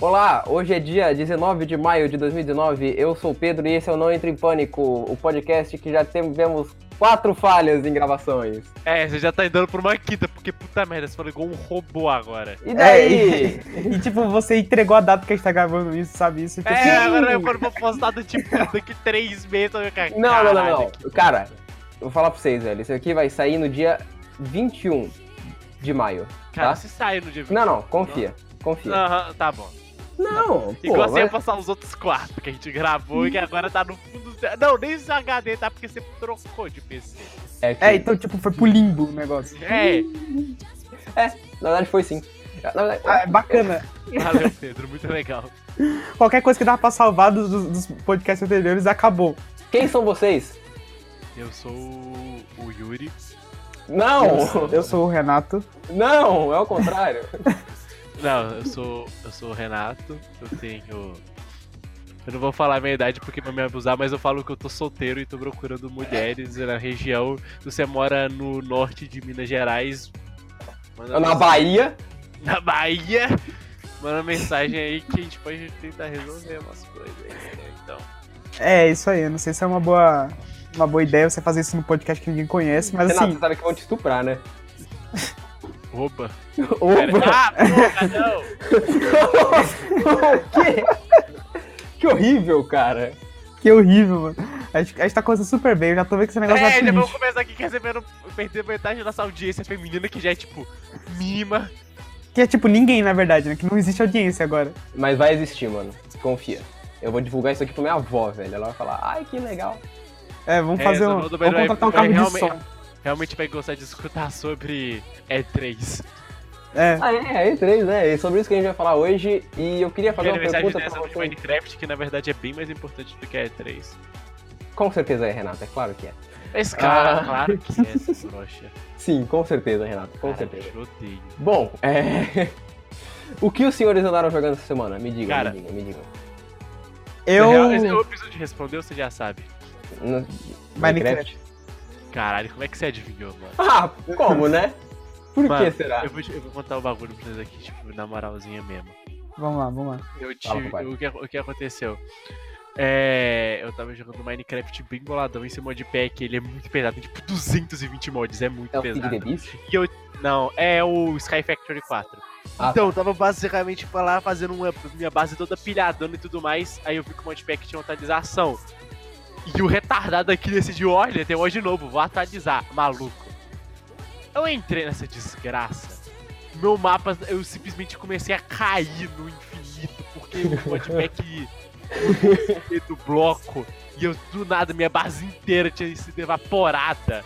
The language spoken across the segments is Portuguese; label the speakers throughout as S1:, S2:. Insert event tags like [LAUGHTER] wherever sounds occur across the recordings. S1: Olá, hoje é dia 19 de maio de 2019. Eu sou o Pedro e esse é o Não Entre em Pânico, o podcast que já tivemos quatro falhas em gravações.
S2: É, você já tá andando por uma quinta, porque puta merda, você falou igual um robô agora.
S1: E
S3: É,
S1: daí?
S3: e, e, tipo, você entregou a data que a gente tá gravando isso, sabe? Isso tipo, assim, e
S2: É, agora eu quando vou postar do tipo daqui [LAUGHS] três meses, eu vou
S1: [LAUGHS]
S2: ficar,
S1: Não, não, não, não.
S2: "Caralho, que
S1: Cara,
S2: bosta."
S1: eu vou falar pra vocês, velho. Isso aqui vai sair no dia 21 de maio.
S2: Cara,
S1: tá?
S2: se sai no dia 20.
S1: Não, não, confia. Confia.
S2: Aham, tá bom.
S1: Não,
S2: Igual
S1: pô,
S2: você ia
S1: mas...
S2: passar os outros quatro que a gente gravou e que agora tá no fundo. do- Não, nem o HD tá porque você trocou de PC.
S1: é, que-
S3: É, então, tipo, foi pro limbo o negócio.
S2: É,
S1: Na verdade foi sim. Na verdade-
S3: Ah, é bacana.
S2: valeu, Pedro, muito legal.
S3: Qualquer coisa que dava pra salvar dos, dos- dos podcasts anteriores acabou.
S1: Quem são vocês?
S2: Eu sou o o Yuri.
S1: Não!
S3: Eu sou o Renato.
S1: [LAUGHS] Não, é o contrário.
S2: Não, eu sou. Eu sou o Renato, eu tenho. Eu não vou falar a minha idade porque vão me abusar, mas eu falo que eu tô solteiro e tô procurando mulheres na região. Se você mora no norte de Minas Gerais. manda
S1: Na
S2: mensagem-
S1: Bahia,
S2: Na Bahia! Manda mensagem aí que a gente pode tentar resolver umas coisas aí, né? Então.
S3: É, isso aí. eu Não sei se é uma boa, uma boa ideia você fazer isso no podcast que ninguém conhece, mas
S1: Renato,
S3: assim.
S1: você sabe que vão te estuprar, né? [LAUGHS]
S2: Opa! Pera-
S1: Opa,
S2: Ah, porra, não!
S1: que? que horrível, cara.
S3: [LAUGHS] Que horrível, mano. A gente, a gente tá coisa super bem, eu já tô vendo que esse negócio assim. vai
S2: É,
S3: pro
S2: já vamos
S3: lixo.
S2: começar aqui que recebendo perder metade da nossa audiência feminina que já é tipo mima.
S3: Que é tipo ninguém, na verdade, né? Que não existe audiência agora.
S1: Mas vai existir, mano. Confia. Eu vou divulgar isso aqui pra minha avó, velho. Ela vai falar, ai, que legal.
S3: É, vamos
S2: É,
S3: fazer
S2: essa
S3: um.
S2: moda
S3: Vamos
S2: vai- vai-
S3: contratar um
S2: vai
S3: carro de
S2: realmente-
S3: som.
S2: realmente vai gostar de escutar sobre E3.
S3: É.
S1: Ah, é, é E3, né? É sobre isso que a gente vai falar hoje. E eu queria
S2: Que
S1: fazer
S2: é
S1: uma pergunta
S2: aniversário de
S1: pra
S2: dessa de
S1: vocês.
S2: Minecraft, que na verdade é bem mais importante do que a E3.
S1: Com certeza é, Renato, é claro que é.
S2: Mas cara,
S1: Ah.
S2: claro que é,
S1: [LAUGHS]
S2: seu broxa.
S1: Sim, com certeza, Renato, com
S2: Cara,
S1: certeza.
S2: eu odeio.
S1: Bom, é... [LAUGHS] O que os senhores andaram jogando essa semana? Me digam,
S2: Cara.
S1: me digam, me digam.
S3: Eu.
S2: Na real, É, esse- Eu preciso de responder, você já sabe.
S1: No-
S3: Minecraft.
S2: Caralho, como é que você adivinhou, mano?
S1: Ah, como, né? Por
S2: Mano,
S1: que será?
S2: Eu vou, te- eu vou contar o bagulho pra vocês aqui, tipo, na moralzinha mesmo.
S3: Vamos lá, vamos lá.
S2: Eu
S1: Fala,
S2: tive,
S1: papai.
S2: o, que, o que aconteceu? É, eu tava jogando Minecraft bem boladão, esse modpack, ele é muito pesado, tem tipo 220 mods, é muito
S1: É o Pig
S2: pesado.
S1: the Beast?
S2: Não, é o Sky Factory 4.
S1: Ah,
S2: então, eu tava basicamente pra lá fazendo uma minha base toda pilhadona e tudo mais. Aí eu vi que o modpack tinha uma atualização. E o retardado aqui decidiu, olha, tem um hoje novo, vou atualizar, maluco. Eu entrei nessa desgraça. Meu mapa, eu simplesmente comecei a cair no infinito, porque o modpack mudou do bloco. E eu, do nada, minha base inteira tinha sido evaporada.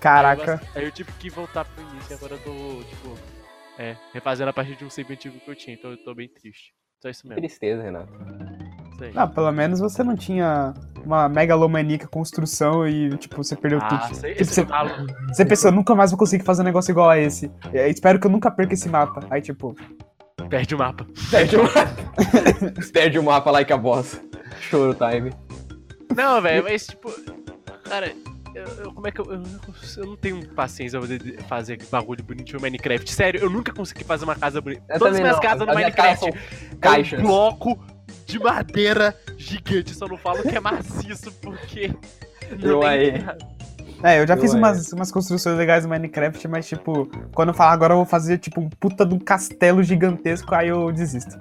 S3: Caraca.
S2: Aí eu- Aí eu tive que voltar pro início e agora eu tô, tipo, é, refazendo a partir de um save antigo que eu tinha, então eu tô bem triste. Só isso
S1: Que
S2: mesmo.
S1: tristeza, Renato.
S2: Isso aí.
S3: Ah, pelo menos você não tinha uma megalomaníaca construção e, tipo, você perdeu
S2: Ah,
S3: tudo.
S2: sei,
S3: Tipo,
S2: esse
S3: você,
S2: maluco.
S3: você pensou, nunca mais vou conseguir fazer um negócio igual a esse. É, espero que eu nunca perca esse mapa. Aí, tipo,
S2: Perde o mapa.
S1: [LAUGHS] Perde o mapa. Perde o mapa, like a boss. Choro time.
S2: Não, velho, mas tipo. Cara, eu, eu- como é que eu. Eu, não cons- eu não tenho paciência pra poder fazer bagulho bonitinho no Minecraft. Sério, eu nunca consegui fazer uma casa bonita.
S1: Eu
S2: Todas as
S1: também
S2: minhas
S1: não.
S2: casas no
S1: As minhas casas
S2: Minecraft
S1: são
S2: é um
S1: Caixas.
S2: bloco de madeira gigante. Só não falo que é maciço, porque.
S1: Eu
S2: tem-
S1: aí.
S3: é, eu já fiz
S1: Ué.
S3: umas, umas construções legais no Minecraft, mas, tipo, quando eu falar agora eu vou fazer, tipo, um puta de um castelo gigantesco, aí eu desisto.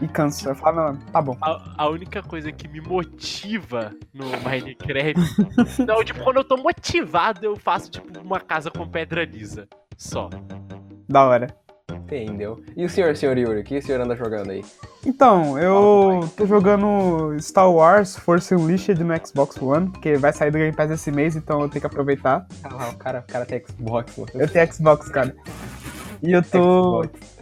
S3: E canso. Eu falo, não, tá bom.
S2: A, a única coisa que me motiva no Minecraft. [LAUGHS] não, tipo, quando eu tô motivado, eu faço, tipo, uma casa com pedra lisa. Só.
S3: Da hora.
S1: Entendeu? E o senhor, senhor Yuri, o que o senhor anda jogando aí?
S3: Então,
S1: Fala,
S3: eu tô jogando Star Wars Force Unleashed no Xbox One, que vai sair do Game Pass esse mês, então eu tenho que aproveitar.
S1: Ah, lá, o cara, o cara tem Xbox, mano.
S3: Eu tenho Xbox, cara. E eu tô.
S1: Xbox.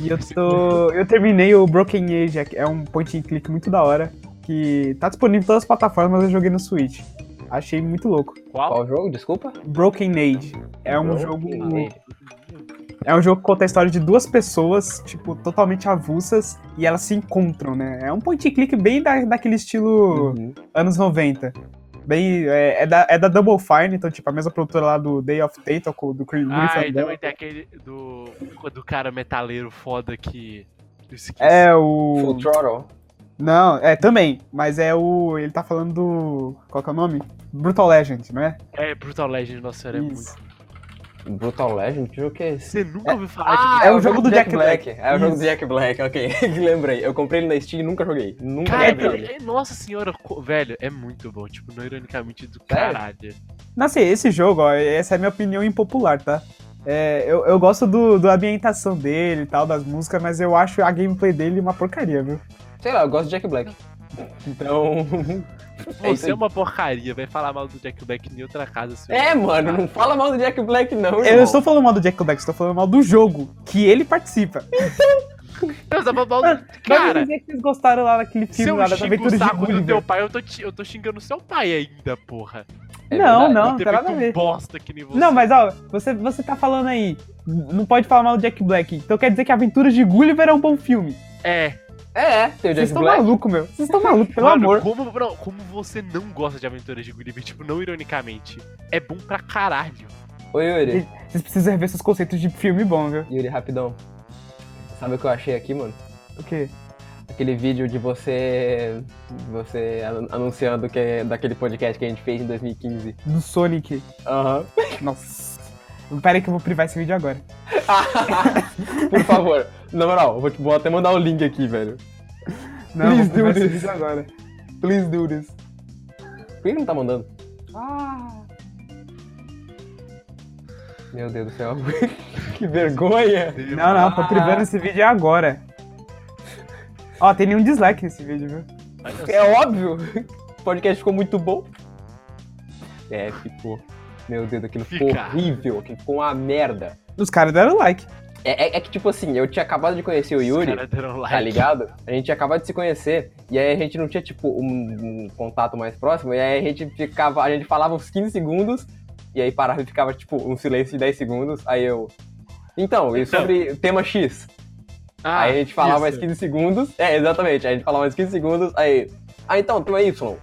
S3: E eu tô. Eu terminei o Broken Age, é um point and click muito da hora, que tá disponível em todas as plataformas, eu joguei no Switch. Achei muito louco.
S2: Qual?
S1: Qual jogo? Desculpa? Uhum.
S3: Broken Age. É um jogo.
S1: Broken Age.
S3: É um jogo que conta a história de duas pessoas, tipo, totalmente avulsas, e elas se encontram, né? É um point and click bem da, daquele estilo.
S1: Uhum.
S3: anos 90. Bem, é, é da, é da Double Fine, então, tipo, a mesma produtora lá do Day of Tentacle, do Cream
S2: Ah, e também tem aquele do, do cara metaleiro foda que. eu esqueci.
S3: É o.
S1: Full Throttle.
S3: Não, é também, mas é o. Ele tá falando do. Qual que é o nome? Brutal Legend, não é?
S2: É, Brutal Legend, nossa, era é muito.
S3: Isso.
S1: Brutal Legend? Que jogo que é esse?
S2: Você nunca ouviu falar
S3: Ah, é o jogo do Jack
S1: É o jogo do
S3: Isso.
S1: Jack Black, ok. [LAUGHS] Lembrei. Eu comprei ele na Steam e nunca joguei.
S2: de.
S1: Nunca
S2: Cara,
S3: então-
S1: joguei ele.
S2: é- é- nossa senhora, co- velho, é muito bom. Tipo, não ironicamente do caralho.
S3: Não, assim, esse jogo, ó, essa é a minha opinião impopular, tá? É, eu, eu gosto do, do ambientação dele e tal, das músicas, mas eu acho a gameplay dele uma porcaria, viu?
S1: Sei lá, eu gosto de Jack Black. Então. [LAUGHS] é isso
S2: Você
S1: aí.
S2: é uma porcaria, vai falar mal do Jack Black em outra casa. seu-
S1: É, mano, não fala mal do Jack Black, não,
S3: Eu não
S1: irmão.
S3: estou falando mal do Jack Black, estou falando mal do jogo, que ele participa.
S2: Não, você é mal do...
S3: Mas
S2: Cara,
S3: dizer que vocês gostaram lá daquele
S2: se
S3: filme lá
S2: eu
S3: das
S2: xingo o
S3: aventuras de
S2: saco do
S3: Gulliver.
S2: teu pai, eu tô, te- eu tô xingando seu pai ainda, porra.
S1: É
S3: não,
S1: verdade.
S3: não,
S2: Eu
S3: não
S2: ter
S3: tem nada a
S2: feito um
S3: ver.
S2: bosta que nem você.
S3: Não, mas ó, você, você tá falando aí, não pode falar mal do Jack Black, então quer dizer que Aventuras de Gulliver é um bom filme.
S2: É,
S1: É, é, tem o
S3: Vocês
S1: Jack
S3: estão
S1: Black.
S3: malucos, meu. Vocês estão malucos, pelo
S2: Mano,
S3: amor.
S2: Como, não, como você não gosta de aventuras de Gulliver, tipo, não ironicamente. É bom pra caralho.
S1: Oi, Yuri.
S3: Vocês precisam rever seus conceitos de filme bom, viu?
S1: Yuri, rapidão. Sabe o que eu achei aqui, mano?
S3: O quê?
S1: Aquele vídeo de você. Você an- anunciando que é daquele podcast que a gente fez em 2015.
S3: Do Sonic.
S1: Aham.
S3: Nossa. Pera aí que eu vou privar esse vídeo agora.
S1: Por favor. Na moral, eu vou, te, vou até mandar o link aqui, velho.
S3: Não,
S1: Please
S3: vou privar
S1: do
S3: esse
S1: this.
S3: vídeo agora.
S1: Please do this. Por que ele não tá mandando?
S3: Ah.
S1: Meu Deus do céu. [LAUGHS] que vergonha.
S3: Não, não, tô privando esse vídeo agora. Ó, tem nenhum dislike nesse vídeo, viu?
S2: Olha só.
S1: É óbvio. O podcast ficou muito bom. É, ficou. Meu Deus, aquilo ficou
S2: Fica.
S1: horrível. Aquilo ficou uma merda.
S3: Os caras deram like.
S1: É, é- é que, tipo assim, eu tinha acabado de conhecer o
S2: Os
S1: Yuri.
S2: caras deram like.
S1: Tá ligado? A gente acabava de se conhecer e aí a gente não tinha, tipo, um, um contato mais próximo, e aí a gente ficava, a gente falava uns 15 segundos, e aí parava e ficava, tipo, um silêncio de 10 segundos, aí eu. Então, e sobre o tema X?
S2: Ah,
S1: aí a gente falava mais
S2: isso.
S1: 15 segundos. É, exatamente, aí a gente falava mais 15 segundos, aí. Ah, então, tema Y.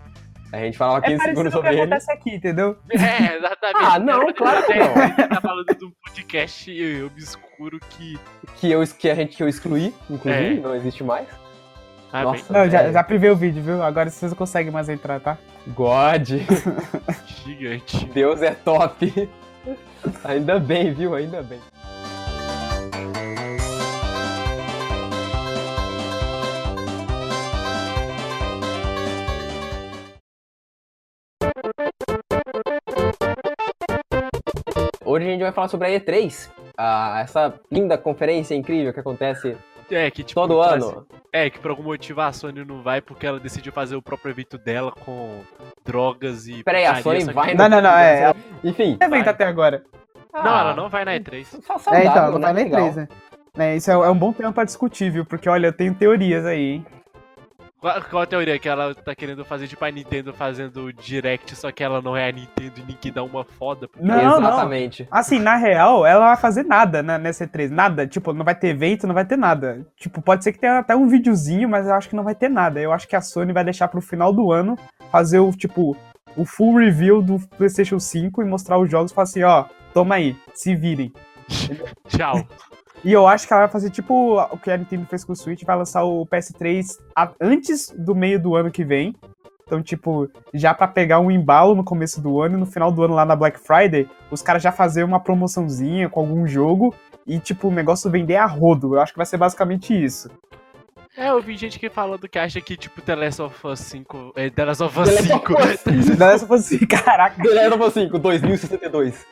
S1: Aí a gente falava
S3: É
S1: 15
S3: parecido
S1: segundos
S3: com o que
S1: sobre ele.
S3: acontece aqui, entendeu?
S2: [LAUGHS] É, exatamente.
S1: Ah, não, claro que não.
S2: Ele tá falando de um podcast obscuro que.
S1: Que, eu, que a gente que eu excluí, inclusive,
S2: É.
S1: não existe mais.
S2: Ah,
S1: Nossa.
S2: bem,
S3: Não, já,
S1: velho.
S3: já privei o vídeo, viu? Agora vocês não conseguem mais entrar, tá?
S1: God,
S2: é gigante.
S1: Deus é top. Ainda bem, viu? Ainda bem. Hoje a gente vai falar sobre a E3, a- essa linda conferência incrível que acontece
S2: É, que tipo.
S1: todo
S2: traz-
S1: ano.
S2: É, que por algum motivo a Sony não vai porque ela decidiu fazer o próprio evento dela com drogas e.
S1: Peraí, a
S2: putaria,
S1: Sony
S2: só que-
S1: vai
S3: Não, não, não, é.
S1: Enfim.
S3: Não evento até agora.
S2: Não, ela não vai na E3.
S1: Só
S3: É,
S1: saudável,
S3: então, não
S1: né?
S3: vai nem
S1: Legal.
S3: três, né? Né, Isso é, é um bom tema pra discutir, viu? Porque, olha, eu tenho teorias aí, hein?
S2: Qual, qual a teoria que ela tá querendo fazer, tipo a Nintendo fazendo direct, só que ela não é a Nintendo e ninguém dá uma foda? porque-
S3: Não, não.
S1: Exatamente.
S3: Assim, na real, ela não vai fazer nada na, nessa E3. Nada. Tipo, não vai ter evento, não vai ter nada. Tipo, pode ser que tenha até um videozinho, mas eu acho que não vai ter nada. Eu acho que a Sony vai deixar pro final do ano fazer o, tipo, o full review do PlayStation 5 e mostrar os jogos e falar assim, ó, toma aí, se virem.
S2: Tchau.
S3: E eu acho que ela vai fazer tipo o que a Nintendo fez com o Switch, vai lançar o PS3 a- antes do meio do ano que vem. Então, tipo, já pra pegar um embalo no começo do ano e no final do ano lá na Black Friday, os caras já fazer uma promoçãozinha com algum jogo e, tipo, o negócio vender a rodo. Eu acho que vai ser basicamente isso.
S2: [LAUGHS] É, eu vi gente que falando que acha que, tipo, The Last of Us 5. É, The Last of Us
S1: The Last
S2: 5.
S3: Não é só assim, [LAUGHS] caraca.
S1: The Last of Us 5, 2062.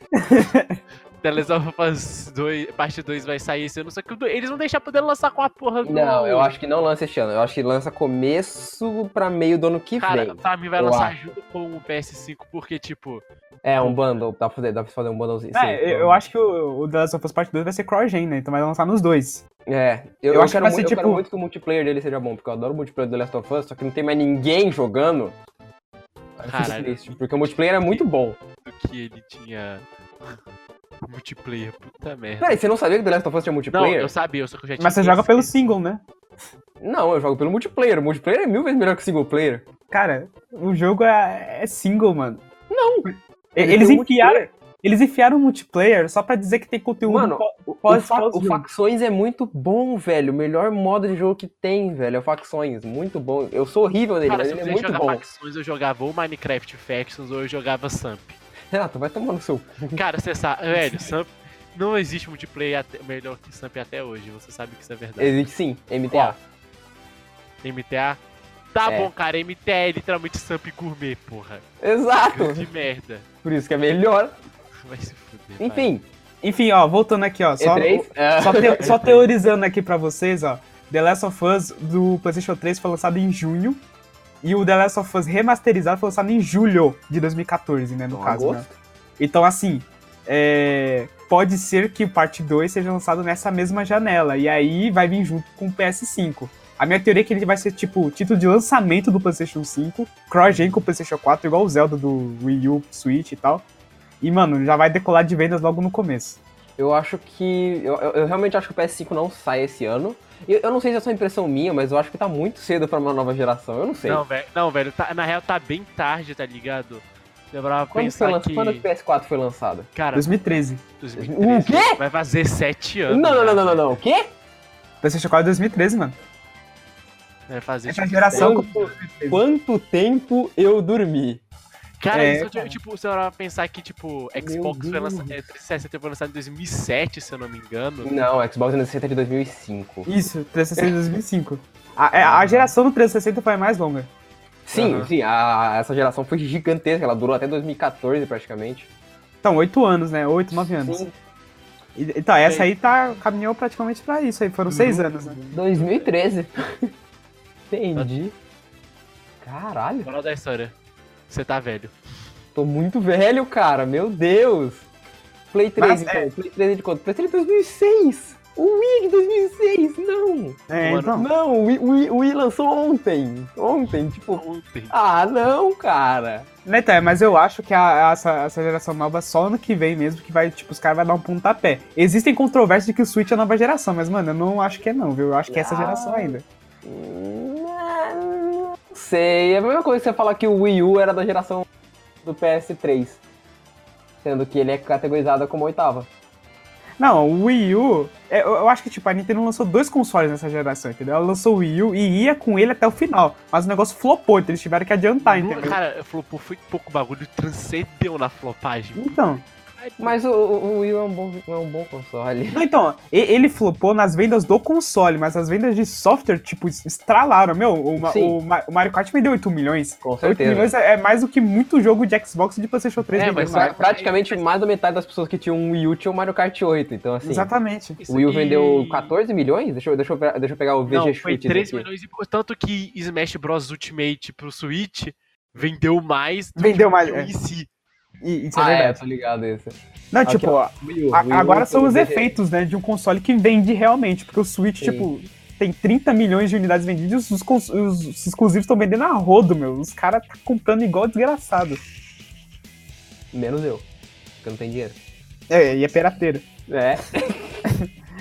S2: The Last of Us 2, parte 2 vai sair esse ano, só que o do- eles vão deixar poder lançar com a porra do.
S1: Não, eu acho que não lança este ano. Eu acho que lança começo pra meio do ano que
S2: Cara,
S1: vem.
S2: pra mim vai
S1: eu
S2: lançar
S1: acho.
S2: junto com o PS5, porque, tipo.
S1: É, um bundle. Dá pra fazer, dá pra fazer um bundlezinho.
S3: É, eu, eu acho que o, o The Last of Us Part 2 vai ser cross-gen, né? Então vai lançar nos dois.
S1: É, eu,
S3: eu
S1: eu
S3: acho que
S1: quero
S3: vai
S1: mu-
S3: ser
S1: eu
S3: tipo-
S1: quero muito que o multiplayer dele seja bom, porque eu adoro o multiplayer do The Last of Us, só que não tem mais ninguém jogando. Aí eu fico
S2: Caralho.
S1: triste, Porque o multiplayer é muito bom.
S2: Do que ele tinha. Multiplayer, puta merda.
S1: Peraí, você não sabia que The Last of Us tinha
S2: Não,
S1: multiplayer?
S2: eu sabia, só que eu já tinha.
S3: Mas você joga pelo
S2: esquecido.
S3: single, né?
S1: Não, eu jogo pelo multiplayer. O multiplayer é mil vezes melhor que o single player.
S3: Cara, o jogo é, é single, mano.
S1: Não.
S3: E-
S1: Ele
S3: Eles
S1: tem um
S3: enfiaram, eles enfiaram um multiplayer só pra dizer que tem conteúdo
S1: Mano,
S3: pó-
S1: O,
S3: pós-
S1: fa-
S3: pós-
S1: o Facções é muito bom, velho. O melhor modo de jogo que tem, velho, é o Facções. Muito bom. Eu sou horrível nele,
S2: Cara,
S1: mas
S2: se eu
S1: ele é
S2: quisesse
S1: muito
S2: jogar
S1: bom.
S2: facções, eu jogava ou Minecraft Factions ou eu jogava Samp.
S1: Renato, vai tomar no seu. cu.
S2: Cara,
S1: [LAUGHS]
S2: você sabe, velho, Samp. Não existe multiplayer até- melhor que Samp até hoje, você sabe que isso é verdade.
S1: Existe sim, MTA.
S2: MTA. Tá
S1: É.
S2: bom, cara, MTA é literalmente Samp gourmet, porra.
S1: Exato. [LAUGHS]
S2: Que merda.
S1: Por isso que é melhor.
S2: Vai se fuder. vai.
S1: Enfim,
S3: Enfim, ó, voltando aqui, ó. Só,
S1: E3. é.
S3: só, te- só teorizando aqui pra vocês, ó. The Last of Us do PlayStation 3 foi lançado em junho. E o The Last of Us remasterizado foi lançado em julho de 2014, né? No
S1: Então,
S3: caso, né?
S1: agosto.
S3: Então, assim, é, pode ser que parte 2 seja lançado nessa mesma janela. E aí vai vir junto com o PS5. A minha teoria é que ele vai ser, tipo, título de lançamento do PlayStation 5, cross-gen com o PlayStation 4, igual o Zelda do Wii U, Switch e tal. E, mano, já vai decolar de vendas logo no começo.
S1: Eu acho que. Eu, eu- eu realmente acho que o PS5 não sai esse ano. E Eu, eu não sei se é só impressão minha, mas eu acho que tá muito cedo pra uma nova geração. Eu não sei.
S2: Não, velho, não, velho tá- na real tá bem tarde, tá ligado? Lembrava
S1: quando, foi
S2: pensar
S1: lança-
S2: que.
S1: quando o PS4 foi lançado?
S2: Cara,
S3: 2013.
S2: 2013,
S1: O quê?
S2: Vai fazer 7 anos.
S1: não, não,
S2: né,
S1: não, não, não,
S2: velho?
S1: não. O quê?
S3: PlayStation 4 é 2013, mano.
S2: Vai fazer
S3: Essa
S2: tipo,
S3: geração.
S1: eu- Quanto tempo eu dormi?
S2: Cara,
S3: É,
S2: isso, tipo, tipo, você vai pensar que, tipo, Xbox foi
S1: Deus.
S2: lançado, é, 360 foi lançado em 2007, se eu não me engano.
S1: Não, o Xbox 360 é de 2005.
S3: Isso, 360 em 2005. A, é, a geração do 360 foi a mais longa.
S1: Sim,
S2: Aham.
S1: sim, a- essa geração foi gigantesca, ela durou até 2014 praticamente.
S3: Então, 8 anos, né? 8, 9 anos.
S1: Sim,
S3: E- Então, essa aí tá, caminhou praticamente pra isso aí. Foram
S2: Uhum.
S3: seis anos, né?
S1: 2013. [LAUGHS] Entendi. Caralho,
S2: Moral da história. Você tá velho.
S1: tô muito velho, cara, meu Deus. Play 3
S3: Mas,
S1: de quando? Play 3 de quando? Play 3 de 2006. O Wii é de 2006, não.
S3: É,
S2: Mano,
S3: então.
S1: Não, o Wii, o Wii- o Wii lançou ontem. Ontem, tipo...
S2: Ontem.
S1: Ah, não, cara.
S3: Né, Então, é, mas eu acho que a- essa, essa geração nova só ano que vem mesmo, que vai, tipo, os caras vão dar um pontapé. Existem controvérsias de que o Switch é a nova geração, mas, mano, eu não acho que é não, viu? Eu acho que é essa
S1: Ah.
S3: geração ainda.
S1: Hum, ah, Não sei, é a mesma coisa que você falar que o Wii U era da geração do PS3. Sendo que ele é categorizado como oitava.
S3: Não, o Wii U, é, eu, eu acho que, tipo, a Nintendo lançou dois consoles nessa geração, entendeu? Ela lançou o Wii U e ia com ele até o final, mas o negócio flopou, então eles tiveram que adiantar,
S2: Nu-
S3: entendeu?
S2: Cara, eu falou, pô, foi pouco bagulho, transcendeu na flopagem.
S3: Então,
S1: Mas o, o- o Wii U é um bom, é um bom console. [LAUGHS]
S3: Não, então, e- ele flopou nas vendas do console, mas as vendas de software, tipo, es- estralaram. Meu, o, Ma-
S1: Sim.
S3: o Ma- o Mario Kart vendeu 8 milhões.
S1: Com
S3: 8
S1: certeza.
S3: milhões é é mais do que muito jogo de Xbox e de PlayStation 3
S2: É,
S3: vendeu,
S2: mas
S3: cara.
S1: Pra- praticamente mais da metade das pessoas que tinham um Wii U tinham Mario Kart 8. Então, assim,
S3: Exatamente.
S2: Isso
S1: o Wii U
S2: aqui-
S1: vendeu 14 milhões? Deixa eu, deixa eu, pe- deixa eu pegar o VG
S2: Não,
S1: Chutes
S2: foi 3
S1: aqui.
S2: milhões e pouco. Tanto que Smash Bros Ultimate pro Switch vendeu mais do
S3: Vendeu
S2: que
S3: mais,
S2: o
S3: é.
S2: Wii em si.
S3: E, isso é
S1: Ah, é,
S3: verdade.
S1: tá ligado esse.
S3: Não,
S1: Aqui,
S3: tipo,
S1: ó.
S3: a-
S1: Wii U,
S3: a-
S1: Wii U
S3: agora são
S1: pelo
S3: os
S1: VG.
S3: efeitos, né, de um console que vende realmente. Porque o Switch,
S1: Sim.
S3: tipo, tem 30 milhões de unidades vendidas, os, cons- os- os exclusivos estão vendendo a rodo, meu. Os caras tá comprando igual desgraçado.
S1: Menos eu, porque eu não tenho dinheiro.
S3: É, e é pirateira.
S1: É.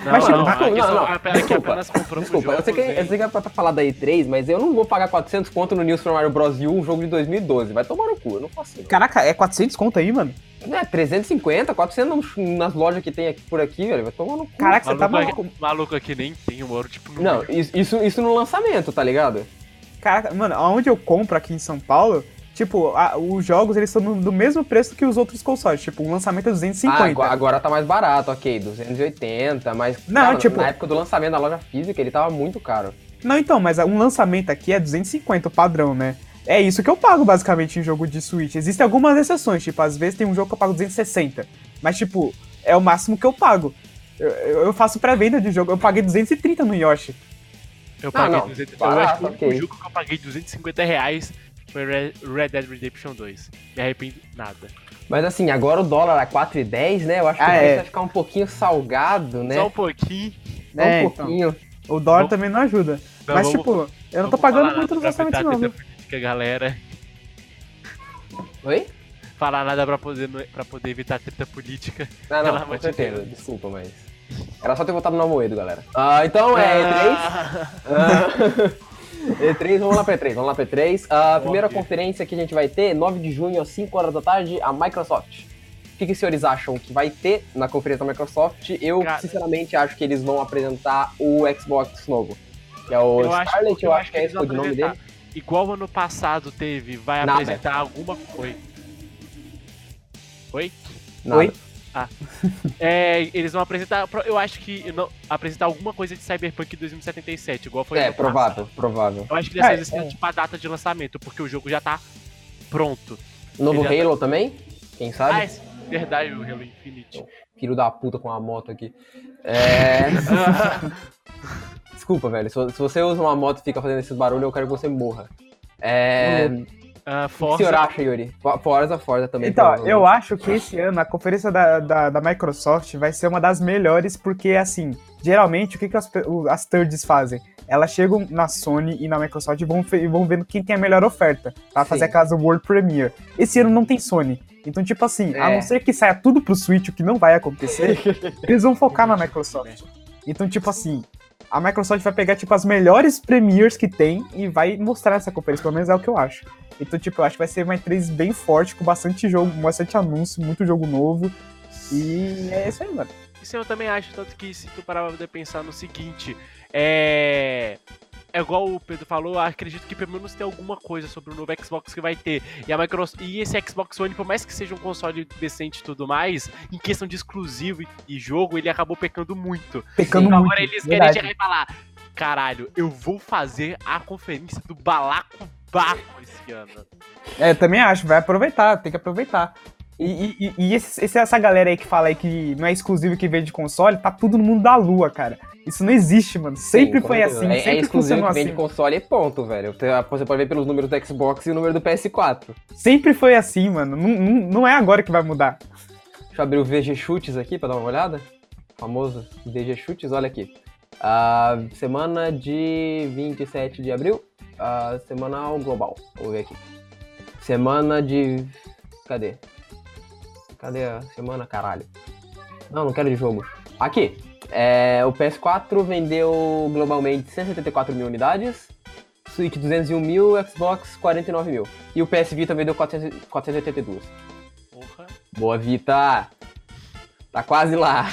S2: Não,
S3: Mas,
S2: não,
S3: tipo,
S2: não, aqui
S1: não,
S2: só-
S1: não.
S2: ah, pera, que
S1: Desculpa.
S2: apenas compramos
S1: Desculpa, eu sei, que,
S2: jogos,
S1: eu
S2: hein.
S1: sei que é pra pra falar da E3, mas eu não vou pagar 400 conto no News Super Mario Bros. U, um jogo de 2012. Vai tomar no cu, eu não faço isso.
S3: Caraca, é 400 conto aí, mano?
S1: Não é 350, 400 no- nas lojas que tem aqui, por aqui, velho. Vai tomar no cu.
S3: Caraca, você tá
S2: Maluco
S3: maluco.
S2: aqui- Maluco aqui nem tem, eu moro tipo no
S1: Não,
S2: meio.
S1: isso, isso, isso no lançamento, tá ligado?
S3: Caraca, mano, aonde eu compro aqui em São Paulo, tipo, a- os jogos eles são no- do mesmo preço que os outros consoles. Tipo, um lançamento é
S1: Ah,
S3: 250.
S1: agora, agora tá mais barato, ok, 280, mas.
S3: Não,
S1: cara,
S3: tipo-
S1: Na época do lançamento da loja física, ele tava muito caro.
S3: Não, então, mas um lançamento aqui é 250, o padrão, né? É isso que eu pago basicamente em jogo de Switch. Existem algumas exceções, tipo, às vezes tem um jogo que eu pago 260, mas tipo, é o máximo que eu pago. Eu, eu- eu faço pré-venda de jogo, eu paguei 230 no Yoshi.
S2: Eu paguei
S1: não,
S2: 200, eu acho
S1: barato,
S2: que o único
S1: ok.
S2: jogo que eu paguei 250 reais foi Re- Red Dead Redemption 2. Me arrependo nada.
S1: Mas assim, agora o dólar a 4,10, né? Eu acho que
S3: Ah,
S1: o preço
S3: é.
S1: vai ficar um pouquinho salgado, né?
S2: Só um pouquinho.
S1: Só
S3: É,
S1: um
S3: então.
S1: pouquinho.
S3: O dólar
S2: Bom.
S3: também não ajuda.
S2: Não,
S3: mas,
S2: vamos-
S3: tipo, eu não tô
S2: vamos falar
S3: pagando
S2: nada
S3: muito no
S2: pra
S3: lançamento,
S2: evitar
S3: não.
S2: tanta
S3: viu?
S2: política, galera.
S1: Oi?
S2: Falar nada pra poder, pra poder evitar treta política.
S1: Ah,
S2: Pelo
S1: não,
S2: amor
S1: com
S2: de
S1: certeza.
S2: Deus.
S1: Desculpa, mas. Ah,
S2: [LAUGHS]
S1: Era só ter votado no Amoedo, galera. Ah, então é E3.
S2: Ah,
S1: é Ah, [LAUGHS] E3, vamos lá pra E3, vamos lá pra E3. A primeira
S2: Ok.
S1: conferência que a gente vai ter, 9 de junho, às 5 horas da tarde, a Microsoft. O que, que os senhores acham que vai ter na conferência da Microsoft? Eu,
S2: Cara-
S1: sinceramente, acho que eles vão apresentar o Xbox novo. Que é o Scarlet, eu acho que é
S2: eles
S1: esse o
S2: vão
S1: nome
S2: apresentar.
S1: dele.
S2: Igual ano passado teve, vai
S1: Nada.
S2: apresentar alguma coisa. Oi?
S1: Nada.
S3: Oi?
S2: É, eles vão apresentar, eu acho que não- apresentar alguma coisa de Cyberpunk 2077, igual foi
S1: É,
S2: ano
S1: provável,
S2: passado.
S1: provável.
S2: Eu acho que dessa
S3: É,
S2: vez eles têm
S1: é.
S2: tipo a data de lançamento, porque o jogo já tá pronto.
S1: Novo
S2: Ele já- tá-
S1: Halo também? Quem sabe?
S2: Ah, é verdade, o Halo
S1: [LAUGHS]
S2: Infinite.
S1: Filho da puta com a moto aqui.
S2: [LAUGHS]
S1: É...
S2: Ah,
S1: Desculpa, velho. Se, se você usa uma moto e fica fazendo esses barulhos, eu quero que você morra. É...
S2: Ah,
S1: O que o
S2: Forza,
S1: senhor acha, Yuri? Fo- Forza, Forza também. um
S3: Então,
S1: provavelmente.
S3: eu acho que esse ano a conferência da, da, da Microsoft vai ser uma das melhores, porque, assim, geralmente, o que, que as, pe- o- as thirds fazem? Elas chegam na Sony e na Microsoft e vão, fe- e vão vendo quem tem a melhor oferta pra
S1: Sim.
S3: fazer aquelas World Premiere. Esse ano não tem Sony. Então, tipo assim, a
S1: É.
S3: não ser que saia tudo pro Switch, o que não vai acontecer, eles vão focar na Microsoft. Então, tipo assim, a Microsoft vai pegar, tipo, as melhores premieres que tem e vai mostrar essa conferência, pelo menos é o que eu acho. Então, tipo, eu acho que vai ser uma E3 bem forte, com bastante jogo, bastante anúncio, muito jogo novo. E é isso aí, mano.
S2: Isso eu também acho, tanto que se tu parar pra poder pensar no seguinte, é. É igual o Pedro falou, eu acredito que pelo menos tem alguma coisa sobre o novo Xbox que vai ter. E a Microsoft. E esse Xbox One, por mais que seja um console decente e tudo mais, em questão de exclusivo e- e jogo, ele acabou pecando muito.
S3: Pecando
S2: Então
S3: muito.
S2: agora eles querem
S3: verdade.
S2: chegar e falar: caralho, eu vou fazer a conferência do Balaco Baco esse ano.
S3: É, também acho, vai aproveitar, tem que aproveitar. E, e- e- e esse- esse- essa galera aí que fala aí que não é exclusivo e que vende console, tá tudo no mundo da lua, cara. Isso não existe, mano. Sempre
S1: Sim,
S3: foi
S1: com
S3: assim,
S1: certeza. É, é
S3: sempre
S1: exclusivo
S3: funcionou
S1: que
S3: assim.
S1: vem de console e ponto, velho. Você você pode ver pelos números do Xbox e o número do PS4.
S3: Sempre foi assim, mano. Não, não- não é agora que vai mudar.
S1: Deixa eu abrir o VG Chutes aqui pra dar uma olhada. O famoso VG Chutes, olha aqui. Ah, semana de 27 de abril, ah, semanal global. Vou ver aqui. Semana de. Cadê? Cadê a semana, caralho? Não, não quero de jogo. Aqui. É, o PS4 vendeu globalmente 174 mil unidades, Switch 201 mil, Xbox 49 mil. E o PS Vita vendeu 400 482.
S2: Porra.
S1: Boa, Vita! Tá quase lá.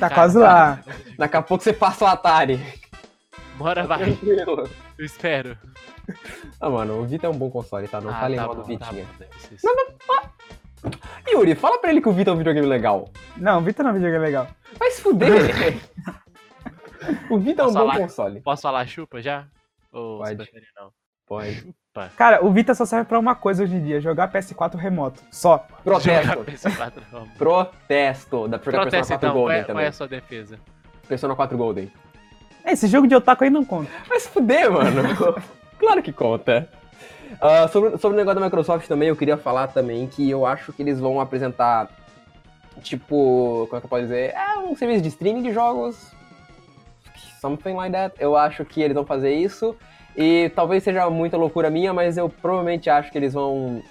S3: Tá
S2: Cara,
S3: quase lá.
S1: Daqui a pouco você passa o Atari.
S2: Bora, vai.
S1: Tranquilo.
S2: Eu espero.
S1: Ah, mano, o Vita é um bom console, tá? Não
S2: Ah,
S1: falei
S2: tá
S1: mal do
S2: bom, tá
S1: Vitinha.
S2: bom, deve ser isso.
S1: Yuri, fala pra ele que o Vita é um videogame legal.
S3: Não, Vita não é um videogame legal.
S1: Vai se
S2: [LAUGHS]
S1: fuder! o Vita é um
S2: Posso
S1: bom
S2: falar?
S1: console.
S2: Posso falar chupa já? Ou
S1: Pode.
S2: você prefere não?
S1: Pode.
S3: Cara, o Vita só serve pra uma coisa hoje em dia, jogar PS4 remoto. Só.
S1: Protesto.
S2: Jogar PS4 não.
S1: [LAUGHS] Protesto. tá Dá pra jogar Persona 4
S2: Protesta então, qual
S1: Golden
S2: é, qual é
S1: né, também.
S2: a sua defesa?
S1: Persona 4 Golden.
S3: É, Esse jogo de otaku aí não conta.
S1: Vai se fuder,
S3: [LAUGHS]
S1: mano. claro que conta. Ah, sobre, sobre o negócio da Microsoft também, eu queria falar também que eu acho que eles vão apresentar, tipo, como é que eu posso dizer? É um serviço de streaming de jogos. Something like that. Eu acho que eles vão fazer isso. E talvez seja muita loucura minha, mas eu provavelmente acho que eles vão.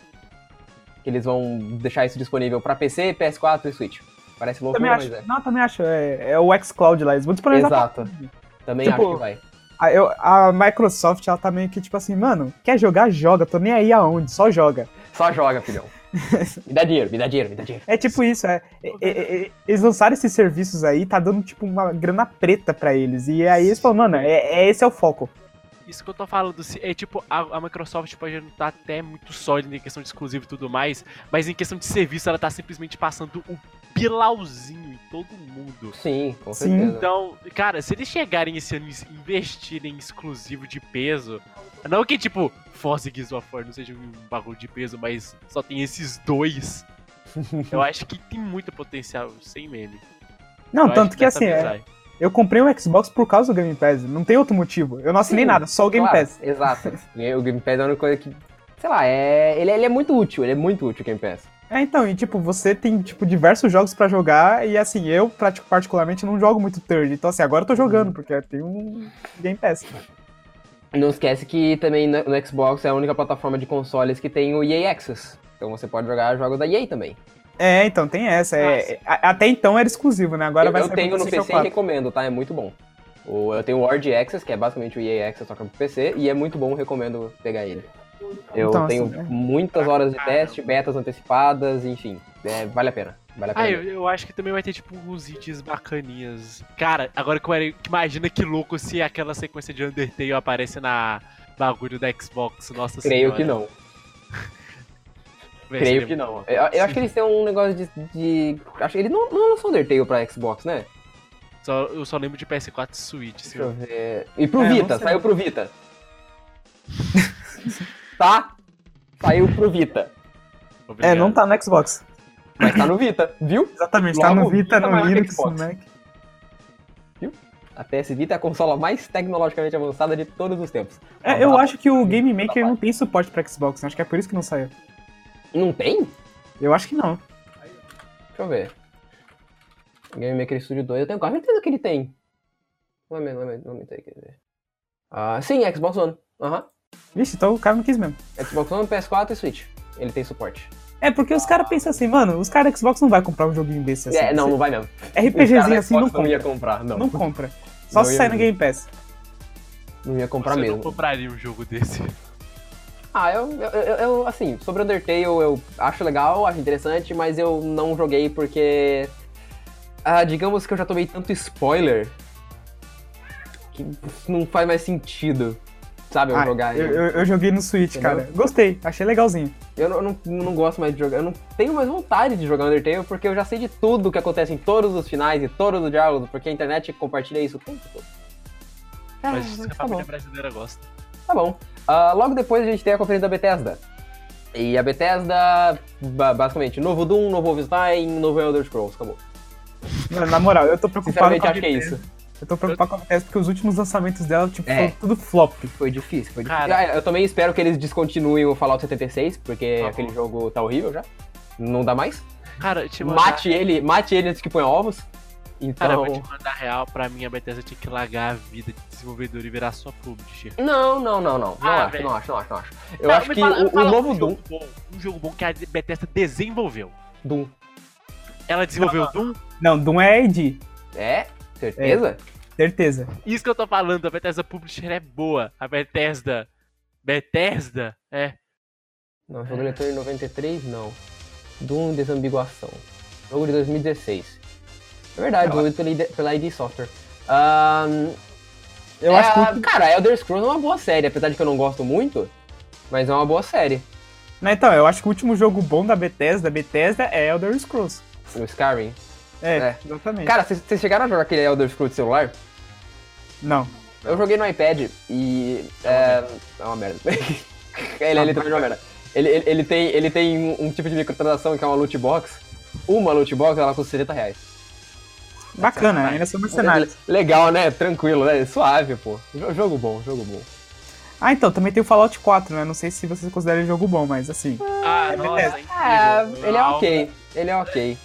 S1: Que eles vão deixar isso disponível pra PC, PS4 e Switch. Parece
S3: Também
S1: loucura, mas
S3: acho. Não, também acho. É, é o xCloud lá, eles vão
S1: é.
S3: disponibilizar pra
S1: Exato. Também
S3: Tipo,
S1: acho que vai.
S3: A, eu- a Microsoft, ela tá meio que tipo assim, mano, quer jogar? Joga, tô nem aí aonde, só joga.
S1: Só joga, [LAUGHS] filhão. me dá dinheiro, me dá dinheiro, me dá dinheiro.
S3: É tipo isso, é. E- e- e- eles lançaram esses serviços aí, tá dando tipo uma grana preta pra eles. E aí eles falam, mano, é, é- esse é o foco.
S2: Isso que eu tô falando, se- é tipo, a, a Microsoft pode não tá até muito sólida em questão de exclusivo e tudo mais, mas em questão de serviço ela tá simplesmente passando o pilauzinho em todo mundo.
S1: Sim, com
S3: Sim.
S1: certeza.
S2: Então, cara, se eles chegarem esse ano e investirem em exclusivo de peso, não que tipo, Forza e Gears of War não seja um bagulho de peso, mas só tem esses
S3: [LAUGHS]
S2: dois. Eu acho que tem muito potencial, sem meme.
S3: Não,
S2: Eu acho
S3: tanto que
S2: dessa
S3: assim,
S2: vez
S3: é,
S2: vai.
S3: eu comprei o Xbox por causa do Game Pass, não tem outro motivo. Eu não assinei
S1: Sim,
S3: nada, só o Game
S1: Claro,
S3: Pass. [LAUGHS]
S1: Exato. o Game Pass é a única coisa que. Sei lá, é. Ele, ele é muito útil, ele é muito útil o Game Pass.
S3: É, então, e tipo, você tem, tipo, diversos jogos pra jogar, e assim, eu prati- particularmente não jogo muito third, então assim, agora eu tô jogando, porque tem um Game Pass.
S1: Não esquece que também no, no Xbox é a única plataforma de consoles que tem o EA Access. Então você pode jogar jogos da EA também.
S3: É, então tem essa. é-
S2: Ah, sim.
S3: a- até então era exclusivo, né? Agora
S1: eu
S3: vai
S1: eu
S3: sair
S1: tenho
S3: pro
S1: no PC
S3: PlayStation
S1: e
S3: 4.
S1: recomendo, tá? É muito bom. O- eu tenho o Word Access, que é basicamente o EA Access, só que é pro PC, e é muito bom, recomendo pegar ele. Eu
S3: Então,
S1: tenho
S3: assim, é.
S1: muitas horas de teste, betas antecipadas, enfim. é, vale a pena. Vale a pena.
S2: Ah, eu, eu acho que também vai ter, tipo, uns hits bacaninhas. Cara, agora que eu era, que imagina que louco se aquela sequência de Undertale aparece na bagulho da Xbox, nossa
S1: Creio
S2: senhora.
S1: que não.
S2: Véi,
S1: Creio
S2: seria
S1: que
S2: muito
S1: não.
S2: bom.
S1: Eu, eu acho que eles têm um negócio de. de- acho que eles não, não lançou Undertale pra Xbox, né?
S2: Só, eu só lembro de PS4 e Switch,
S1: Deixa
S2: assim.
S1: eu ver. E pro
S3: É, não
S1: Vita,
S3: sei.
S1: saiu pro Vita. [LAUGHS] tá? Saiu pro Vita.
S3: É, não tá no Xbox.
S1: Mas tá no Vita, viu?
S3: Exatamente,
S1: Logo,
S3: tá no Vita,
S1: Vita maior
S3: no
S1: que
S3: Linux, né? no
S1: Xbox.
S3: Mac.
S1: A PS Vita é a consola mais tecnologicamente avançada de todos os tempos.
S3: É, eu acho que
S1: Tá
S3: o Game Maker não tem suporte pra Xbox, né? acho que é por isso que não saiu.
S1: Não tem?
S3: Eu acho que não.
S1: Deixa eu ver. Game Maker Studio 2, eu tenho quase certeza que ele tem. Não é mesmo, não é mesmo, não me tem que ver. Ah, sim, Xbox One. Aham.
S3: Vixe, então o cara não quis mesmo.
S1: Xbox One, PS4 e Switch. Ele tem suporte.
S3: É porque os caras pensam assim, mano, os caras da Xbox não vai comprar um joguinho desse assim.
S1: é, não, não vai mesmo. Os caras da
S3: RPGzinho assim não
S1: Xbox não
S3: compra.
S1: ia comprar, não.
S3: Não compra. Só
S1: Não
S3: se
S1: ia
S3: sair no
S1: mesmo.
S3: Game Pass.
S1: Não ia comprar
S2: Você
S1: mesmo.
S2: não compraria um jogo desse.
S1: Ah, eu, eu, eu- eu, assim, sobre Undertale eu acho legal, acho interessante, mas eu não joguei porque. Ah, digamos que eu já tomei tanto spoiler que não faz mais sentido, sabe? Eu
S3: Ah,
S1: jogar.
S3: eu, eu- eu joguei no Switch, cara. Gostei, achei legalzinho.
S1: Eu não, não, não gosto mais de jogar. Eu não tenho mais vontade de jogar Undertale porque eu já sei de tudo que acontece em todos os finais e todos os diálogos, porque a internet compartilha isso o tempo todo. Ah,
S2: Mas a
S1: tá bom.
S2: família brasileira gosta.
S1: Tá bom. Ah, logo depois a gente tem a conferência da Bethesda. E a Bethesda, ba- basicamente, novo Doom, novo Wolfenstein, novo Elder Scrolls, acabou.
S3: Mano, Na moral, eu tô preocupado
S1: Sinceramente,
S3: com a
S1: acho que é isso.
S3: Eu tô preocupado com a Bethesda porque os últimos lançamentos dela, tipo,
S1: É.
S3: foram tudo flop.
S1: Foi difícil, foi difícil.
S2: Cara.
S1: Ah, eu também espero que eles descontinuem o Fallout 76, porque
S2: Por favor.
S1: aquele jogo tá horrível já. Não dá mais.
S2: Cara, te mandar...
S1: Mate ele, mate ele antes que ponha ovos. Então.
S2: Cara, eu vou te mandar real, pra mim a Bethesda tinha que largar a vida de desenvolvedor e virar só publisher.
S1: Não, não, não, não. Não
S2: Ah,
S1: acho,
S2: velho.
S1: não acho, não acho, não acho. Eu
S2: Cara,
S1: acho
S2: me
S1: que
S2: fala-
S1: o,
S2: me
S1: o
S2: fala
S1: novo
S2: um
S1: Doom,
S2: jogo bom, um jogo bom que a Bethesda desenvolveu.
S1: Doom.
S2: Ela desenvolveu Doom?
S3: Não, Doom é AD,
S1: É? Certeza?
S3: certeza.
S2: Isso que eu tô falando, a Bethesda Publisher é boa. A Bethesda. Bethesda? É.
S1: Não, jogo de leitor de 93, não. Doom Desambiguação. Jogo de 2016. É verdade,
S3: Ela-
S1: desenvolvido pela ID, pela ID Software. Ahn,
S3: Eu
S1: é
S3: acho que
S1: a- Cara, Elder Scrolls é uma boa série, apesar de que eu não gosto muito, mas é uma boa série.
S3: Não, então, eu acho que o último jogo bom da Bethesda, Bethesda é Elder Scrolls.
S1: O Skyrim.
S3: É,
S1: É.
S3: exatamente.
S1: Cara, vocês vocês chegaram a jogar aquele Elder Scrolls de celular?
S3: Não.
S1: Eu joguei no iPad e. É, é uma merda. [LAUGHS] ele, ele também é uma merda. Ele, ele, ele tem, ele tem um, um tipo de microtransação que é uma loot box. Uma loot box, ela custa 70 reais.
S3: Bacana, ainda são mercenários.
S1: Legal, né? Tranquilo, né? Suave, pô. Jo- Jogo bom, jogo bom.
S3: Ah, então, também tem o Fallout 4, né? Não sei se vocês consideram jogo bom, mas assim.
S2: Ah, nossa,
S3: Bethesda.
S2: é incrível.
S1: É, ele é
S2: Uau.
S1: ok. Ele é ok.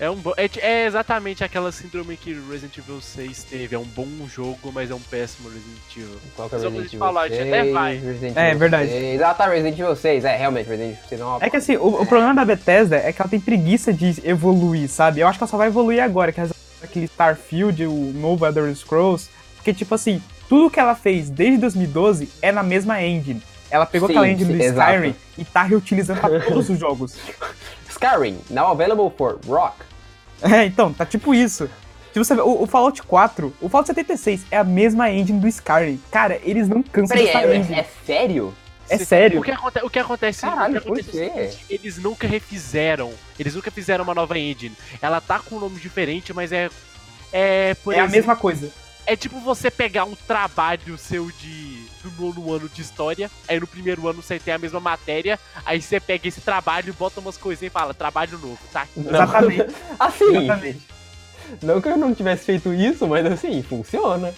S2: É, um bom- é, ti- é exatamente aquela síndrome que Resident Evil 6 teve. É um bom jogo, mas é um péssimo Resident Evil.
S1: Qual que é o
S2: Só pra
S1: Resident
S2: gente
S1: Evil
S2: falar, a gente
S1: 6?
S2: até vai.
S1: Resident
S3: É,
S1: Evil
S3: verdade.
S1: 6. Ah, tá, Resident Evil 6. É, realmente, Resident Evil 6 é uma...
S3: É que assim, o, o problema da Bethesda é que ela tem preguiça de evoluir, sabe? Eu acho que ela só vai evoluir agora, que as- aquele Starfield, o novo Elder Scrolls. Porque, tipo assim, tudo que ela fez desde 2012 é na mesma engine. Ela pegou
S1: Sim,
S3: aquela engine do
S1: sim, exato.
S3: Skyrim e tá
S1: [LAUGHS]
S3: reutilizando pra todos os jogos.
S1: Skyrim, now available for Rock.
S3: É, então, tá tipo isso. Tipo, você vê, o, o Fallout 4, o Fallout 76 é a mesma engine do Skyrim. Cara, eles não cansam
S1: Peraí,
S3: dessa engine.
S1: é, é sério?
S3: É
S2: Se-
S3: sério?
S2: O que, aconte- o que acontece?
S1: Caralho,
S2: o que
S1: por
S2: acontece é o
S1: quê?
S2: seguinte, Eles nunca refizeram. Eles nunca fizeram uma nova engine. Ela tá com um nome diferente, mas é. É, por
S3: É a
S2: exemplo,
S3: mesma coisa.
S2: É tipo você pegar um trabalho seu de do nono ano de história, aí no primeiro ano você tem a mesma matéria, aí você pega esse trabalho, bota umas coisinhas e fala, trabalho novo, tá?
S1: [LAUGHS]
S3: Exatamente,
S1: Assim,
S3: exatamente.
S1: não que eu não tivesse feito isso, mas assim, funciona.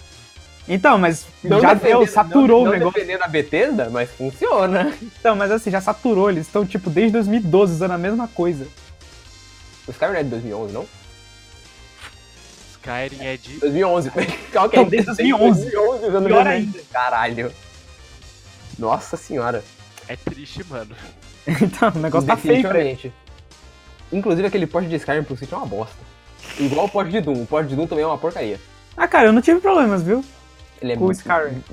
S3: Então, mas
S1: Não
S3: já
S1: defendendo-
S3: deu, saturou
S1: não,
S3: o
S1: não
S3: negócio.
S1: defendendo a Bethesda, mas funciona.
S3: Então, mas assim, já saturou. Eles estão, tipo, desde 2012 usando a mesma coisa. [LAUGHS]
S1: O Skyrim é de 2011, não?
S2: Skyrim é de.
S1: 2011. [LAUGHS] Qual que é?
S3: Então, desde 2011.
S1: 2011 usando
S3: Pior
S1: mesmo.
S3: ainda.
S1: Caralho. Nossa senhora.
S2: É triste, mano.
S3: Então, o negócio tá feio pra
S1: Definitivamente. Inclusive aquele port de Skyrim pro Switch é uma bosta. Igual o port de Doom. O port de Doom também é uma porcaria.
S3: Ah, cara, eu não tive problemas, viu?
S1: Ele é
S3: Com o
S1: muito-
S3: Skyrim.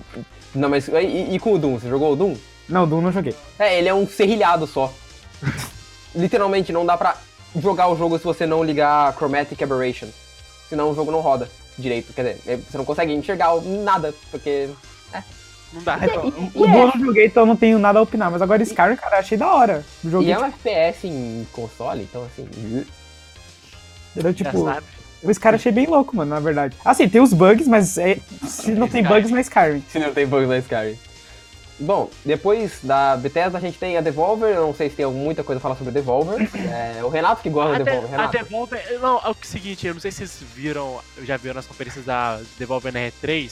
S1: Não, mas e, e com o Doom? Você jogou o Doom?
S3: Não, Doom não joguei.
S1: É, ele é um serrilhado
S3: [LAUGHS]
S1: só. Literalmente, não dá pra jogar o jogo se você não ligar Chromatic Aberration. Senão o jogo não roda direito. Quer dizer, é, você não consegue enxergar nada, porque.
S2: Não dá.
S3: Então, o
S1: é.
S3: Doom eu não joguei, então eu não tenho nada a opinar. Mas agora Skyrim, cara, eu achei da hora. O jogo,
S1: E é um FPS em console, então assim.
S3: entendeu?
S2: Já
S3: Tipo,
S2: sabe.
S3: Esse cara achei bem louco, mano, na verdade. Assim, tem os bugs, mas é- se não tem
S2: Skyrim.
S3: bugs, não é Skyrim.
S1: [LAUGHS] Se não tem bugs na Skyrim. Bom, depois da Bethesda a gente tem a Devolver. Eu não sei se tem muita coisa a falar sobre a [LAUGHS] Devolver. É, o Renato que gosta da
S2: A, de,
S1: Devolver.
S2: a
S1: Renato.
S2: Devolver. Não, é o seguinte, eu não sei se vocês viram, já viram nas conferências da Devolver na R3,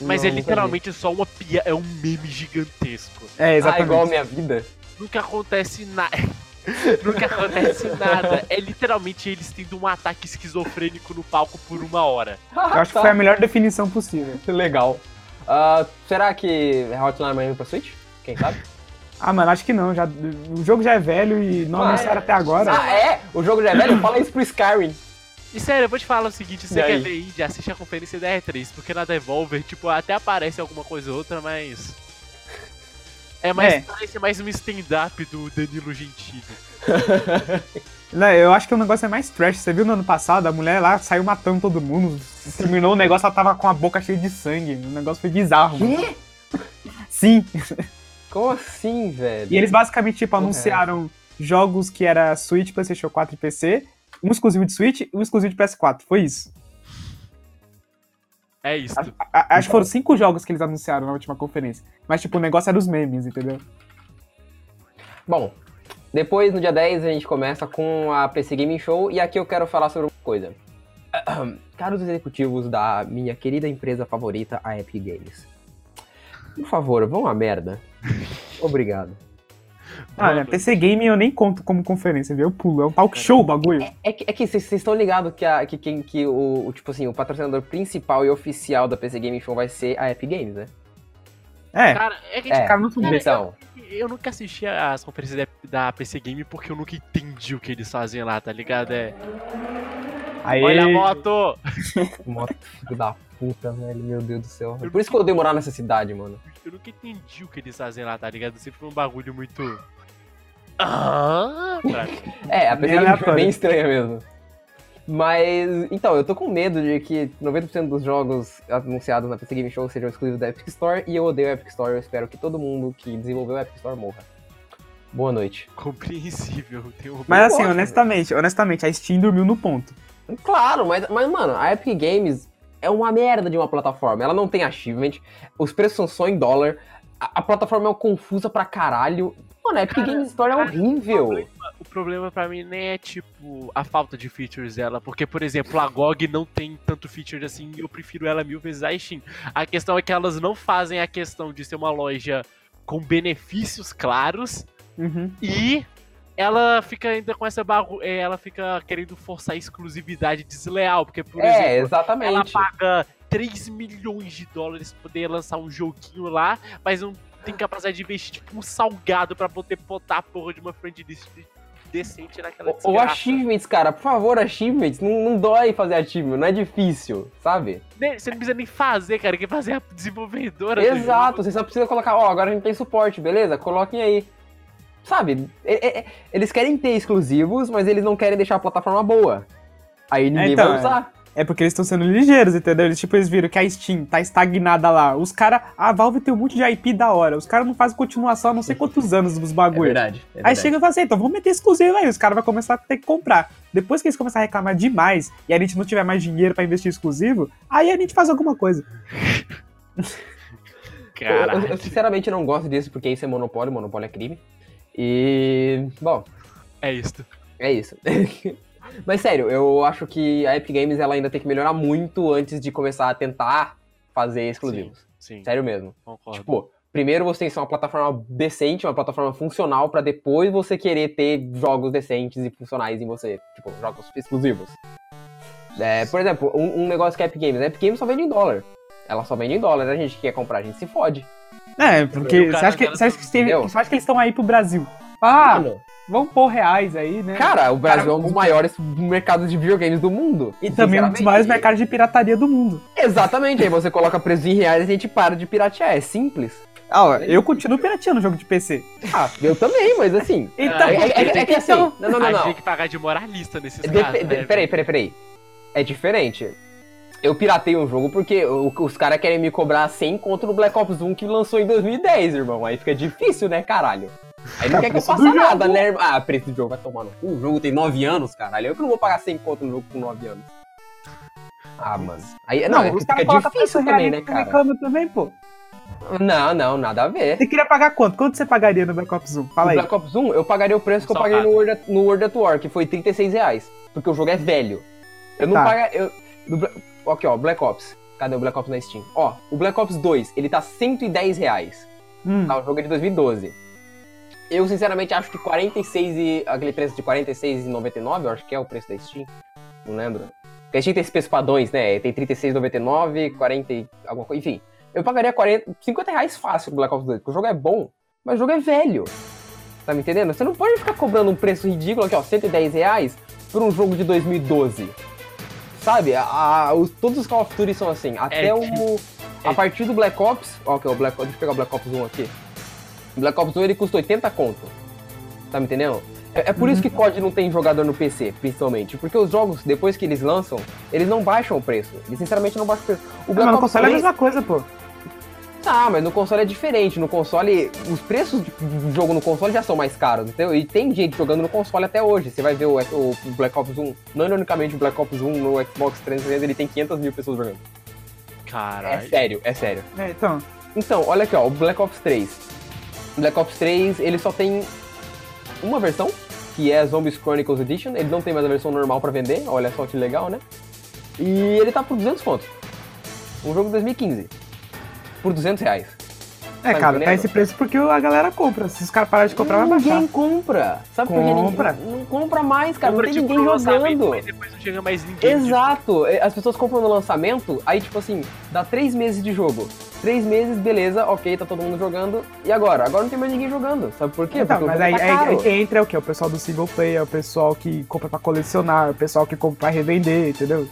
S2: mas
S1: Não, nunca vi.
S2: é literalmente só uma pia, é um meme gigantesco.
S3: É,
S1: Ah, igual a
S3: exatamente.
S1: minha vida.
S2: Nunca acontece nada. [LAUGHS] Nunca acontece nada. É literalmente eles tendo um ataque esquizofrênico no palco por uma hora.
S3: eu
S1: [LAUGHS]
S3: acho que foi a melhor definição possível.
S1: Tá. Legal. Ah, será que é Hotline Miami pra Switch? Quem sabe?
S3: Ah, mano, acho que não. Já, o jogo já é velho e não
S1: Ah,
S3: anunciaram
S1: é.
S3: até agora.
S1: Ah, é? O jogo já é velho? Fala isso pro Skyrim.
S2: E sério, eu vou te falar o seguinte,
S1: E
S2: se você quer
S1: aí?
S2: ver indie, assiste a conferência da R3, porque na Devolver, tipo, até aparece alguma coisa ou outra, mas... É mais,
S3: É.
S2: parece mais um stand-up do Danilo Gentili.
S3: Não, eu acho que o negócio é mais trash. Você viu no ano passado, a mulher lá saiu matando todo mundo. Terminou o negócio, ela tava com a boca cheia de sangue. O negócio foi bizarro. mano.
S1: Quê? Hum?
S3: Sim.
S1: Como assim, velho?
S3: E eles basicamente, tipo,
S1: Porra,
S3: anunciaram jogos que era Switch, Playstation 4 e PC. Um exclusivo de Switch e um exclusivo de PS4. Foi isso.
S2: É isso.
S1: Ah,
S3: A- Acho que foram cinco jogos que eles anunciaram na última conferência. Mas, tipo, o negócio era os memes, entendeu?
S1: Bom, depois no dia 10 a gente começa com a PC Gaming Show e aqui eu quero falar sobre uma coisa. [CLEARS THROAT] Aham. Caros executivos da minha querida empresa favorita, a Epic Games. Por favor, vão a
S3: [LAUGHS]
S1: merda. Obrigado.
S3: Olha, PC Game Ah, eu nem conto como conferência, viu? Eu pulo, é um talk show o bagulho.
S1: É que é que vocês vocês estão ligados que, a- que, quem- que o, o, tipo assim, o patrocinador principal e oficial da PC Gaming Show vai ser a Epic Games, né?
S3: É,
S2: Cara, é que a gente
S1: É,
S3: cara não soube.
S1: então,
S2: Eu nunca assisti as conferências da, da PC Game porque eu nunca entendi o que eles fazem lá, tá ligado? É.
S3: Aí,
S2: Olha a moto!
S1: moto filho da puta, velho, meu Deus do céu. Por isso que eu odeio morar nessa cidade, mano.
S2: Eu nunca entendi o que eles fazem lá, tá ligado? Sempre foi um bagulho muito. Ah, pra mim. [LAUGHS]
S1: [LAUGHS] É, a
S3: Bem
S1: PC Gaming Show é
S3: aleatório.
S1: bem estranha mesmo. Mas, então, eu tô com medo de que 90% dos jogos anunciados na PC Gaming Show sejam exclusivos da Epic Store e eu odeio a Epic Store. Eu espero que todo mundo que desenvolveu a Epic Store morra. Boa noite.
S2: compreensível. Tem um...
S3: Mas assim,
S1: gosto,
S3: honestamente, honestamente, a Steam dormiu no ponto.
S1: Claro, mas, mas mano, a Epic Games é uma merda de uma plataforma. Ela não tem achievement, os preços são só em dólar, a, a plataforma é confusa pra caralho. Mano, a Epic Games Store é
S2: cara,
S1: horrível.
S2: O problema pra mim nem é, tipo, a falta de features dela. Porque, por exemplo, a GOG não tem tanto features assim e eu prefiro ela mil vezes a Steam. A questão é que elas não fazem a questão de ser uma loja com benefícios claros
S3: Uhum.
S2: E ela fica ainda com essa barro, é, ela fica querendo forçar a exclusividade desleal, porque por
S1: É,
S2: exemplo, ela
S1: exatamente.
S2: paga 3 milhões de dólares pra poder lançar um joguinho lá, mas não tem capacidade de investir tipo um salgado pra poder botar a porra de uma friend list de- decente naquela
S1: O, o achievements, cara, por favor, achievements. Não, não dói fazer achievement, não é difícil, sabe?
S2: Nem- Você não precisa nem fazer, cara, quem fazer é a desenvolvedora. do
S1: Exato,
S2: jogo.
S1: você só precisa colocar, ó, agora a gente tem suporte, beleza? Coloquem aí. Sabe, e- e- e- eles querem ter exclusivos, mas eles não querem deixar a plataforma boa. Aí ninguém
S3: então,
S1: vai usar.
S3: É porque eles estão sendo ligeiros, entendeu? Eles, tipo, eles viram que a Steam tá estagnada lá. Os caras. A Valve tem um monte de IP da hora. Os caras não fazem continuação há não sei quantos anos dos bagulhos.
S1: verdade. é
S3: Aí
S1: verdade.
S3: chega e fala assim, então vamos meter exclusivo aí, os caras vão começar a ter que comprar. Depois que eles começarem a reclamar demais e a gente não tiver mais dinheiro pra investir em exclusivo, aí a gente faz alguma coisa.
S1: Eu- eu- Eu,
S2: Caralho.
S1: sinceramente não gosto disso, porque isso é monopólio, monopólio é crime. E. Bom,
S2: É isso.
S1: é isso. [LAUGHS] Mas sério, eu acho que a Epic Games ela ainda tem que melhorar muito antes de começar a tentar fazer exclusivos.
S2: Sim,
S1: Sério mesmo.
S2: concordo.
S1: Tipo, primeiro você tem que ser uma plataforma decente, uma plataforma funcional, pra depois você querer ter jogos decentes e funcionais em você. Tipo, jogos exclusivos. É, por exemplo, um, um negócio que é Epic Games. A Epic Games só vende em dólar. Ela só vende em dólar, né? a gente que quer comprar, a gente se fode.
S3: É, porque
S2: Cara,
S3: você acha que,
S2: cara,
S3: você acha que,
S2: cara,
S3: teve-
S1: entendeu?
S3: você acha que eles estão aí pro Brasil? Ah,
S4: Mano,
S3: vamos pôr reais aí, né?
S1: Cara, o Brasil
S3: Cara,
S1: é um dos
S3: muito-
S1: maiores mercados de videogames do mundo.
S3: e também um dos
S1: Sinceramente.
S3: maiores mercados de pirataria do mundo.
S1: Exatamente, aí você coloca preço em reais e a gente para de piratear, é simples.
S3: Ah, ó, eu continuo pirateando o jogo de PC.
S1: Ah, eu também, mas
S3: [LAUGHS]
S1: assim...
S3: Então,
S1: é, é- é- é que assim...
S3: um-
S1: Não, não, não,
S2: a gente
S1: não.
S2: tem que pagar de moralista nesses
S1: Depe-
S2: casos.
S1: de- peraí,
S2: né, velho?
S1: peraí, peraí. É diferente. Eu piratei um jogo porque o- os caras querem me cobrar 100 contra o Black Ops 1 que lançou em 2010, irmão. Aí fica difícil, né, caralho? Aí não
S3: É
S1: quer que eu
S3: preço
S1: faça
S3: do jogo.
S1: nada, né? irmão? Ah, preço do jogo vai tomar no cu. O jogo tem 9 anos, caralho. Eu que não vou pagar 100 conto no jogo com 9 anos. Ah, mano. Aí, não,
S3: não, os
S1: fica
S3: caras colocam
S1: difícil também, né, cara?
S3: reclama também, pô.
S1: Não, não, nada a ver.
S3: Você queria pagar quanto? Quanto você pagaria no Black Ops 1? Fala
S1: No
S3: aí.
S1: Black Ops 1, eu pagaria o preço que eu
S2: Salgado.
S1: paguei no World, at, no World at War, que foi 36 reais. Porque o jogo é velho. Eu não
S3: Tá.
S1: paga. Eu, no Bla- aqui, ó, Black Ops. Cadê o Black Ops na Steam? Ó, o Black Ops 2, ele tá 110 reais.
S3: Hum,
S1: Tá, o jogo é de 2012. Eu, sinceramente, acho que 46 e... Aquele preço de 46,99, eu acho que é o preço da Steam. Não lembro. Porque a Steam tem esse preço padrões, né? Tem 36,99, 40 e alguma coisa. Enfim, eu pagaria 40, 50 reais fácil pro Black Ops 2, porque o jogo é bom, mas o jogo é velho. Tá me entendendo? Você não pode ficar cobrando um preço ridículo aqui, ó, 110 reais por um jogo de 2012. Sabe? A, a- os- todos os Call of Duty são assim. Até
S2: É,
S1: o...
S2: é.
S1: A partir do Black Ops... Ó, que é o Black Ops... Deixa eu pegar o Black Ops 1 aqui. O Black Ops 1, ele custa 80 conto. Tá me entendendo? É, é por isso que COD não tem jogador no PC, principalmente. Porque os jogos, depois que eles lançam, eles não baixam o preço. Eles sinceramente não baixam o preço. O
S3: mas no
S1: Ops
S3: console é a
S1: 3
S3: mesma coisa, pô.
S1: Tá, mas no console é diferente. No console, os preços de- do jogo no console já são mais caros, entendeu? E tem gente jogando no console até hoje. Você vai ver o, o Black Ops 1, não ironicamente o Black Ops 1 no Xbox 360, ele tem 500 mil pessoas jogando. É
S2: Caralho.
S1: sério, é sério.
S3: É, então.
S1: Então, olha aqui, ó, o Black Ops 3. O Black Ops 3, ele só tem uma versão, que é a Zombies Chronicles Edition. Ele não tem mais a versão normal pra vender, olha só que legal, né? E ele tá por 200 conto. Um jogo de 2015. Por 200 reais.
S3: É,
S1: Tá
S3: cara, tá
S1: entendendo?
S3: esse preço porque a galera compra. Se os caras pararem de comprar, vai
S1: ninguém
S3: baixar.
S1: compra. Sabe por que
S3: Compra.
S1: ninguém- Não compra mais, cara.
S2: Compra,
S1: não tem
S2: tipo,
S1: ninguém
S2: no lançamento,
S1: jogando.
S2: mas depois não chega mais ninguém.
S1: Exato. É, As pessoas compram no lançamento, aí tipo assim, dá três meses de jogo. Três meses, beleza, ok, tá todo mundo jogando. E agora? Agora não tem mais ninguém jogando. Sabe por quê?
S3: Então,
S1: Porque o
S3: mas
S1: jogo
S3: aí,
S1: tá
S3: aí-
S1: caro.
S3: aí que entra é o que? O pessoal do single player, o pessoal que compra pra colecionar, o pessoal que compra pra revender, entendeu?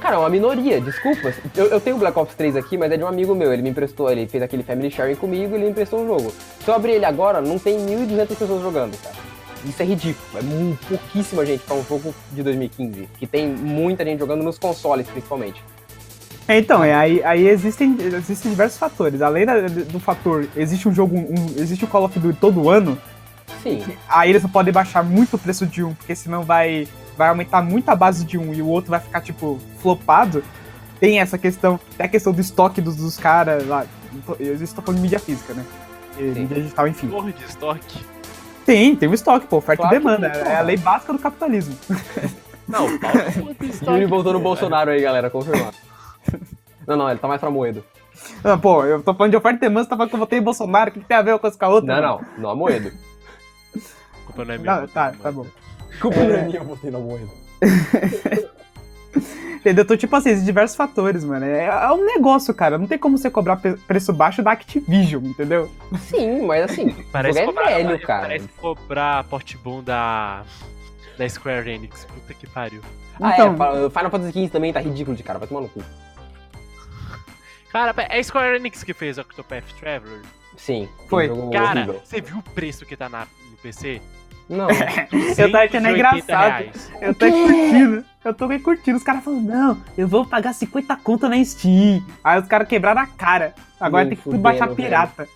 S1: Cara, é uma minoria, desculpa. Eu, eu tenho o Black Ops 3 aqui, mas é de um amigo meu. Ele me emprestou, ele fez aquele family sharing comigo e ele me emprestou um jogo. Se eu abrir ele agora, não tem 1.200 pessoas jogando, cara. Isso é ridículo. É mu- pouquíssima gente pra um jogo de 2015. Que tem muita gente jogando nos consoles, principalmente.
S3: É, então, é, aí, aí existem, existem diversos fatores. Além da- do fator, existe um jogo, um- existe o Call of Duty todo ano,
S1: Sim.
S3: aí eles não podem baixar muito o preço de um, porque senão vai, vai aumentar muito a base de um e o outro vai ficar, tipo, flopado. Tem essa questão, tem a questão do estoque dos, dos caras lá. Eu estou falando de mídia física, né? E
S1: Sim.
S3: Mídia digital, enfim.
S2: Porra de estoque.
S3: Tem, tem o estoque, pô, oferta
S1: Claro
S3: e
S1: que
S3: demanda.
S1: tem,
S3: é a
S1: porra.
S3: lei básica do capitalismo.
S2: Não, pau
S1: [LAUGHS]
S2: no cu do
S1: Yuri
S2: estoque.
S1: voltou no Bolsonaro aí, galera, [LAUGHS] confirmado. Não, não, ele tá mais pra Moedo.
S3: Não, Ah, pô, eu tô falando de oferta e demanda, você tá falando que eu votei em Bolsonaro, o que, que tem a ver uma coisa com a outra?
S1: Não, não, não a Moedo.
S2: A culpa não é minha.
S3: Não, tá, tá bom.
S1: Desculpa, é... eu votei na Moedo.
S3: Entendeu? Então, tipo assim, esses diversos fatores, mano. É, é um negócio, cara. Não tem como você cobrar pe- preço baixo da Activision, entendeu?
S1: Sim, mas assim, o
S2: Parece
S1: jogo
S2: cobrar,
S1: é velho, cara.
S2: parece cobrar porte bom da, da Square Enix. Puta que pariu.
S1: Ah,
S3: então,
S1: é, fa- Final Fantasy XV também tá ridículo de cara, vai tomar no cu.
S2: Cara, é a Square Enix que fez Octopath Traveler?
S1: Sim.
S3: Foi.
S1: um jogo
S2: Cara,
S1: horrível.
S2: você viu o preço que tá na, no PC?
S1: Não.
S3: [LAUGHS] Eu tava achando
S2: 280
S3: engraçado.
S2: reais. É tipo,
S3: eu tô curtindo. Eu tô meio curtindo. Os caras falam, não, eu vou pagar 50 conto na Steam. Aí os caras quebraram a cara. Agora
S1: Nem
S3: tem que tudo
S1: fudendo,
S3: baixar
S1: velho.
S3: pirata.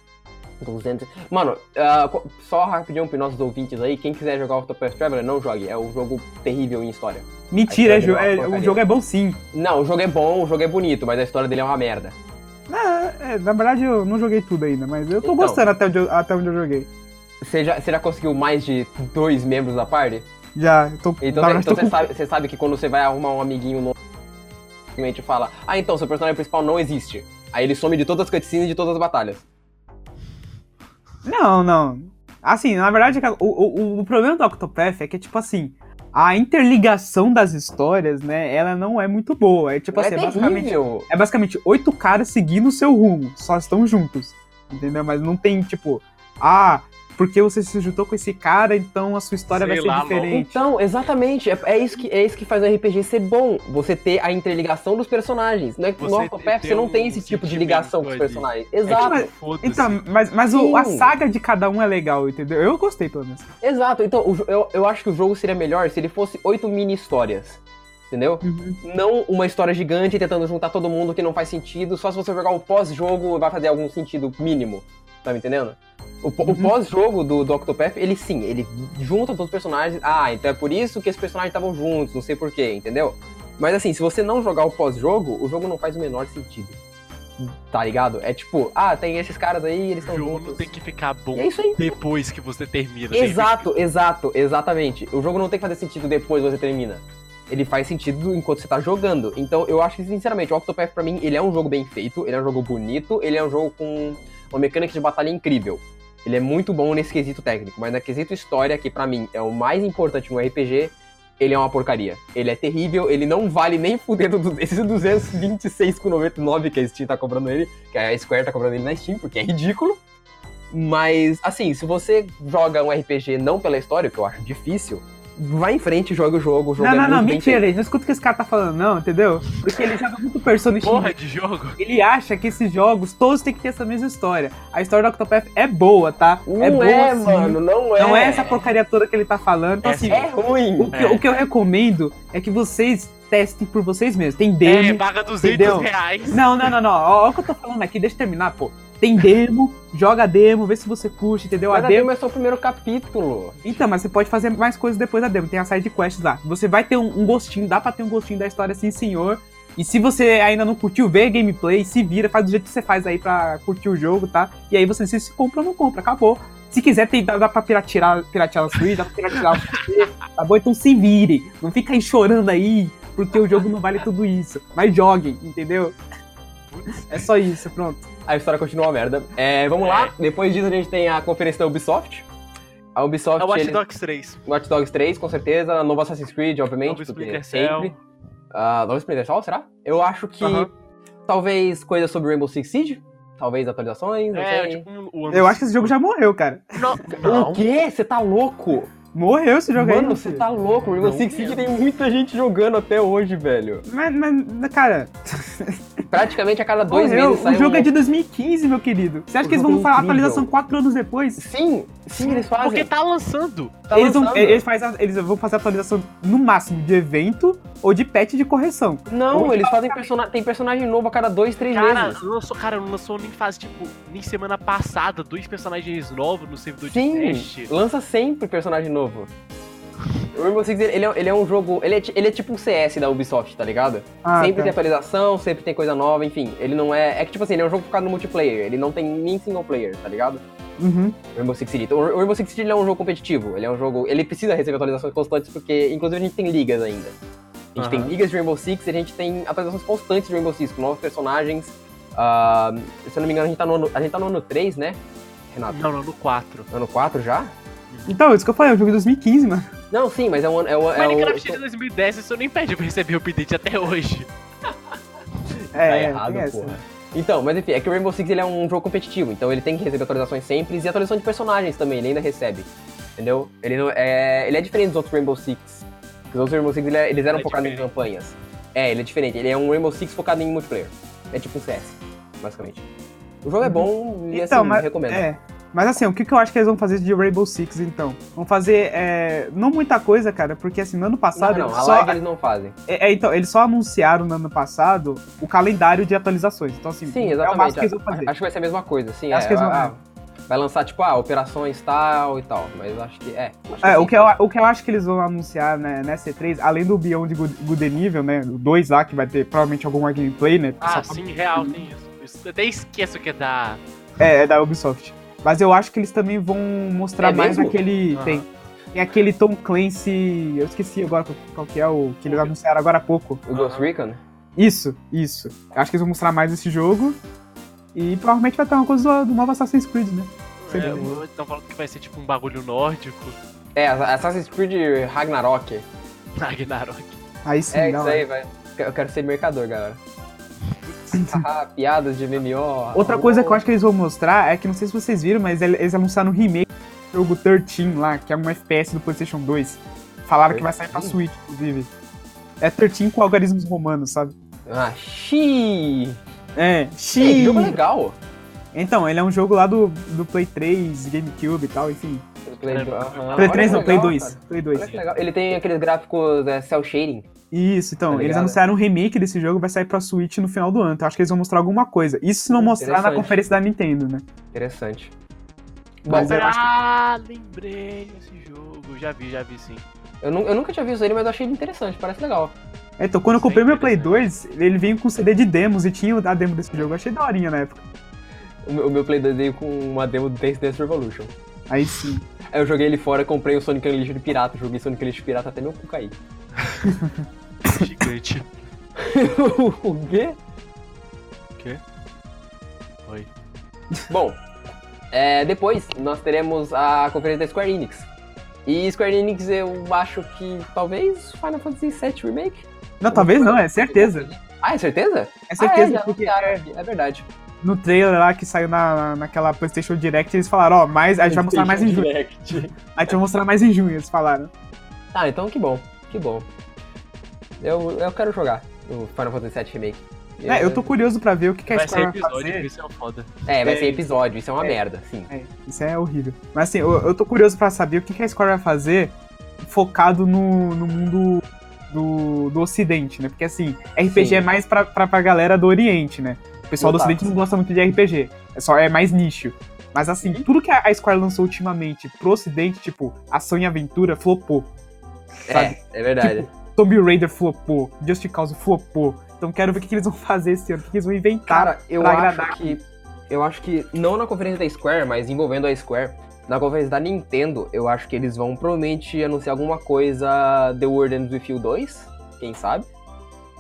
S1: 200. Mano, ah, co- só rapidinho pros nossos ouvintes aí, quem quiser jogar Octopath Traveler, não jogue. É um jogo terrível em história.
S3: Mentira,
S1: Aí
S3: é,
S1: tá
S3: jo-
S1: legal,
S3: é- o
S1: porcaria.
S3: jogo é bom sim.
S1: Não, o jogo é bom, o jogo é bonito, mas a história dele é uma merda.
S3: Ah, é, na verdade, eu não joguei tudo ainda, mas eu tô
S1: Então.
S3: gostando até onde, eu, até onde eu joguei.
S1: Você já, você já conseguiu mais de dois membros da party?
S3: Já, eu tô.
S1: Então, você-
S3: na verdade,
S1: então
S3: tô
S1: você, sabe, você sabe que quando você vai arrumar um amiguinho novo, simplesmente fala, ah, então, seu personagem principal não existe. Aí ele some de todas as cutscenes e de todas as batalhas.
S3: Não, não. Assim, na verdade, o, o, o problema do Octopath é que, tipo assim, a interligação das histórias, né, ela não é muito boa. É tipo
S1: Não
S3: assim, é
S1: é
S3: basicamente,
S1: terrível.
S3: é basicamente oito caras seguindo o seu rumo, só estão juntos. Entendeu? Mas não tem, tipo, ah, porque você se juntou com esse cara, então a sua história
S2: Sei
S3: vai ser
S2: lá,
S3: diferente.
S1: Então, exatamente. É, é isso que, é isso que faz o RPG ser bom. Você ter a interligação dos personagens. Não é que no
S2: Você
S1: Orcopef
S2: ter
S1: você não tem
S2: um
S1: esse tipo de
S2: sentimento
S1: ligação com os
S2: ali.
S1: personagens.
S2: É,
S1: Exato,
S2: tipo, foda-se.
S3: Então, mas, mas o-
S1: Sim.
S3: a saga de cada um é legal, entendeu? Eu gostei, pelo menos.
S1: exato. Então, o jo- eu, eu acho que o jogo seria melhor se ele fosse oito mini histórias. Entendeu? Não uma história gigante tentando juntar todo mundo que não faz sentido. Só se você jogar o pós-jogo vai fazer algum sentido mínimo. Tá me entendendo? O, po- o
S3: Uhum.
S1: pós-jogo do, do Octopath, ele sim, ele junta todos os personagens. Ah, então é por isso que esses personagens estavam juntos, não sei porquê, entendeu? Mas assim, se você não jogar o pós-jogo, o jogo não faz o menor sentido. Tá ligado? É tipo, ah, tem esses caras aí, eles
S2: o
S1: estão
S2: jogo não
S1: juntos.
S2: tem que ficar bom
S1: E é isso aí.
S2: depois que você termina. assim,
S1: Exato, exato, exatamente. O jogo não tem que fazer sentido depois que você termina. Ele faz sentido enquanto você tá jogando. Então, eu acho que, sinceramente, o Octopath, pra mim, ele é um jogo bem feito, ele é um jogo bonito, ele é um jogo com uma mecânica de batalha incrível. Ele é muito bom nesse quesito técnico, mas na quesito história, que pra mim é o mais importante no RPG, ele é uma porcaria. Ele é terrível, ele não vale nem fudendo do, esses 226,99 que a Steam tá comprando ele, que a Square tá comprando ele na Steam, porque é ridículo. Mas, assim, se você joga um RPG não pela história, que eu acho difícil, vai em frente, joga o jogo, o jogo
S3: Não,
S1: é
S3: não,
S1: muito
S3: não,
S1: bem
S3: mentira,
S1: feito.
S3: gente. Não escuta o que esse cara tá falando, não, entendeu? Porque ele joga muito Persona Shin.
S2: Porra de jogo?
S3: Ele acha que esses jogos todos têm que ter essa mesma história. A história do Octopath é boa, tá?
S1: Não
S3: é boa,
S1: é,
S3: sim.
S1: mano, não é.
S3: Não é essa porcaria toda que ele tá falando. Então,
S2: É
S3: assim,
S1: É ruim.
S3: o, que,
S2: É.
S3: o que eu recomendo é que vocês testem por vocês mesmos. Tem
S2: É,
S1: um
S3: demo.
S2: paga 200
S3: entendeu?
S2: reais.
S3: Não, não, não, não. Ó, ó o que eu tô falando aqui, deixa eu terminar, pô. Tem demo, joga a demo, vê se você curte, entendeu? A
S1: Mas a
S3: demo.
S1: demo é só o primeiro capítulo.
S3: Então, mas você pode fazer mais coisas depois da demo. Tem a side quest lá. Você vai ter um, um gostinho, dá pra ter um gostinho da história, sim, senhor. E se você ainda não curtiu, vê a gameplay, se vira, faz do jeito que você faz aí pra curtir o jogo, tá? E aí você decide se compra ou não compra, acabou. Se quiser, tem, dá, dá pra piratear, piratear a Switch, dá pra piratear o PC, tá bom? Então se virem. Não fica aí chorando aí, porque o jogo não vale tudo isso. Mas joguem, entendeu?
S2: Putz.
S3: É só isso, pronto.
S1: A história continua uma merda. É, vamos lá. Depois disso a gente tem a conferência da Ubisoft. A Ubisoft,
S2: É o Watch
S1: eles-
S2: Dogs 3.
S1: Watch Dogs 3, com certeza. Novo Assassin's Creed, obviamente.
S2: Novo
S1: porque
S2: Splinter Cell.
S1: sempre. Ah, novo Splinter Cell, será? Eu acho que
S2: Aham.
S1: talvez coisa sobre Rainbow Six Siege. Talvez atualizações, não
S2: É,
S1: sei.
S2: tipo, um- o ano-
S3: Eu acho que esse jogo já morreu, cara.
S2: Não,
S1: O quê? Você tá louco?
S3: Morreu esse jogo aí.
S1: Mano,
S3: meu
S1: você
S3: filho.
S1: tá louco. Rainbow
S2: Não
S1: Six Siege
S2: mesmo.
S1: tem muita gente jogando até hoje, velho.
S3: Mas, mas, cara,
S1: Praticamente a cada dois
S3: Morreu.
S1: meses
S3: O
S1: sai
S3: jogo
S1: um...
S3: é de 2015, meu querido. Você acha
S1: O
S3: que eles
S1: jogo
S3: vão
S1: é
S3: falar
S1: incrível.
S3: atualização quatro anos depois?
S1: Sim, sim, eles fazem.
S2: Porque tá lançando.
S1: Tá
S3: eles, vão,
S1: lançando.
S3: eles, faz a- eles vão fazer atualização no máximo de evento ou de patch de correção.
S1: Não,
S3: Ou-
S1: eles fazem persona... tem personagem novo a cada dois, três
S2: Cara,
S1: meses.
S2: não lançou, cara, não lançou nem faz, tipo, nem semana passada, dois personagens novos no servidor de
S1: Sim,
S2: teste.
S1: lança sempre personagem novo. O Rainbow Six, ele ele é, ele é um jogo... Ele é, ti- ele é tipo um CS da Ubisoft, tá ligado?
S3: Ah,
S1: sempre
S3: tá.
S1: tem atualização, sempre tem coisa nova, enfim. Ele não é... É que, tipo assim, ele é um jogo focado no multiplayer. Ele não tem nem single player, tá ligado?
S3: Uhum.
S1: Rainbow Six Siege. Então, o Rainbow Six Siege ele é um jogo competitivo. Ele é um jogo... Ele precisa receber atualizações constantes, porque, inclusive, a gente tem ligas ainda. A gente
S2: Aham.
S1: tem ligas de Rainbow Six e a gente tem atualizações constantes de Rainbow Six, com novos personagens. Ah, se eu não me engano, a gente tá no ano, a gente tá no ano 3, né, Renato?
S2: Não, não, no 4.
S1: Ano 4 já?
S3: Então, isso que eu falei, é um jogo de 2015, mano.
S1: Não, sim, mas é um ano. É um, é um,
S2: Minecraft de 2010, isso nem pede pra receber o update até hoje.
S3: É,
S1: tá
S3: é,
S1: errado,
S3: tem essa.
S1: porra. Então, mas enfim, é que o Rainbow Six ele é um jogo competitivo, então ele tem que receber atualizações sempre e atualização de personagens também, ele ainda recebe. Entendeu? Ele, não, é, ele é diferente dos outros Rainbow Six. Porque Os outros Rainbow Six ele é- eles eram
S2: É
S1: focados em
S2: diferente.
S1: campanhas. É, ele é diferente. Ele é um Rainbow Six focado em multiplayer. É tipo um CS, basicamente. O jogo é bom e
S3: Então,
S1: assim,
S3: mas-
S1: recomendo.
S3: É. Mas assim, o que que eu acho que eles vão fazer de Rainbow Six, então? Vão fazer, é, não muita coisa, cara, porque assim, no ano passado,
S1: não, não, a
S3: eles só,
S1: live eles não fazem.
S3: é, é, então, eles só anunciaram no ano passado o calendário de atualizações. Então assim,
S1: Sim,
S3: é o máximo
S1: exatamente.
S3: que eles vão fazer.
S1: Acho que vai ser a mesma coisa, sim.
S3: Acho
S1: é,
S3: que eles vão-
S1: ah, Vai lançar, tipo, ah, operações tal e tal. Mas acho que é. acho
S3: É,
S1: sim.
S3: o que, eu, o que eu acho que eles vão anunciar né, nessa E3, além do Beyond Good, Good Nível, né? O 2 lá, que vai ter provavelmente alguma gameplay, né?
S2: Ah,
S3: só-
S2: sim, real, tem isso. isso. eu Até esqueço que é da.
S3: É, é da Ubisoft. Mas eu acho que eles também vão mostrar
S1: É
S3: mais
S1: mesmo?
S3: aquele.
S2: Aham.
S3: Tem, tem aquele Tom Clancy. Eu esqueci agora qual, qual que é o que eles anunciaram agora há pouco.
S1: O Ghost Recon?
S3: Isso, isso. Eu acho que eles vão mostrar mais esse jogo. E provavelmente vai ter uma coisa do, do novo Assassin's Creed, né? Sei
S2: É,
S3: bem.
S2: o- Estão falando que vai ser tipo um bagulho nórdico. [LAUGHS]
S1: É, Assassin's Creed Ragnarok.
S2: Ragnarok.
S3: Aí sim,
S1: é
S3: da
S1: isso
S3: hora.
S1: aí, velho. Eu quero ser mercador,
S3: [LAUGHS]
S1: galera. Haha, Piadas de MMO.
S3: Outra coisa que eu acho que eles vão mostrar é que não sei se vocês viram, mas ele- eles anunciaram um remake jogo 13 lá, que é um FPS do PlayStation 2. Falaram que vai sair pra
S1: 13?
S3: Switch, inclusive. É 13 com algarismos romanos, sabe?
S1: Ah, xiii!
S3: É,
S1: Que
S3: xiii.
S1: jogo legal!
S3: Então, ele é um jogo lá do, do Play 3, GameCube e tal, enfim.
S1: Play,
S2: Caramba.
S1: aham.
S3: Play
S1: é Olha
S3: 3
S1: que
S3: não, Play
S1: legal,
S3: 2.
S1: cara.
S3: Play
S1: Olha
S3: 2.
S1: que legal. Ele tem aqueles gráficos é, cel shading.
S3: Isso, então,
S1: Tá
S3: eles
S1: ligado?
S3: anunciaram um remake desse jogo, vai sair pra Switch no final do ano. Então, acho que eles vão mostrar alguma coisa. Isso se não mostrar na
S1: Interessante.
S3: conferência da Nintendo, né?
S1: Interessante. Bom,
S3: Mas eu acho que-
S2: Ah, lembrei desse jogo. Já vi, já vi sim.
S1: eu, nu- eu nunca tinha visto ele, mas eu achei ele interessante, parece legal.
S3: É, Então, quando eu
S2: Isso é
S3: comprei meu Play
S2: interessante.
S3: 2, ele vinha com CD de demos e tinha a demo desse jogo. Eu achei daorinha na época.
S1: O meu, o meu Play 2 veio com uma demo do Dance Dance Revolution.
S3: Aí sim.
S1: Aí eu joguei ele fora, comprei o Sonic Unleashed pirata, joguei Sonic Unleashed pirata até meu cu cair. [LAUGHS]
S2: É Gigante.
S1: o quê?
S2: [LAUGHS] Oi.
S1: Bom, é, depois nós teremos a conferência da Square Enix. E Square Enix eu acho que talvez Final Fantasy VII Remake?
S3: Não, talvez não, é certeza.
S1: Ah, é certeza?
S3: É certeza,
S1: ah, é,
S3: porque
S1: já anunciaram, é verdade.
S3: no trailer lá que saiu na, naquela PlayStation Direct, eles falaram, ó, mais, a gente vai mostrar mais em junho.
S1: Direct.
S3: A gente vai mostrar mais em junho, eles falaram.
S1: Ah, então que bom, que bom. Eu, eu quero jogar o Final Fantasy VII Remake.
S3: É, eu tô curioso pra ver o que, que a
S2: Vai ser
S3: Square vai
S2: episódio,
S3: fazer.
S2: isso é foda.
S1: É, vai
S3: É.
S1: ser episódio, isso é uma
S3: É.
S1: merda, sim.
S3: É, isso é horrível. Mas assim, eu, eu tô curioso pra saber o que, que a Square vai fazer focado no, no mundo do, do Ocidente, né? Porque assim, RPG
S1: Sim.
S3: é mais pra, pra, pra galera do Oriente, né? O pessoal do
S1: Exato.
S3: Ocidente não gosta muito de RPG. É, só, é mais nicho. Mas assim,
S1: Uhum.
S3: tudo que a a Square lançou ultimamente pro Ocidente, tipo, ação e aventura, flopou. Sabe?
S1: É, é verdade.
S3: Tomb Raider flopou, Just Cause flopou. Então quero ver o que, que eles vão fazer esse ano, o que, que eles vão inventar.
S1: Cara, eu
S3: pra
S1: acho
S3: agradar.
S1: que. Eu acho que, não na conferência da Square, mas envolvendo a Square, na conferência da Nintendo, eu acho que eles vão provavelmente anunciar alguma coisa The World Ends With You 2, quem sabe?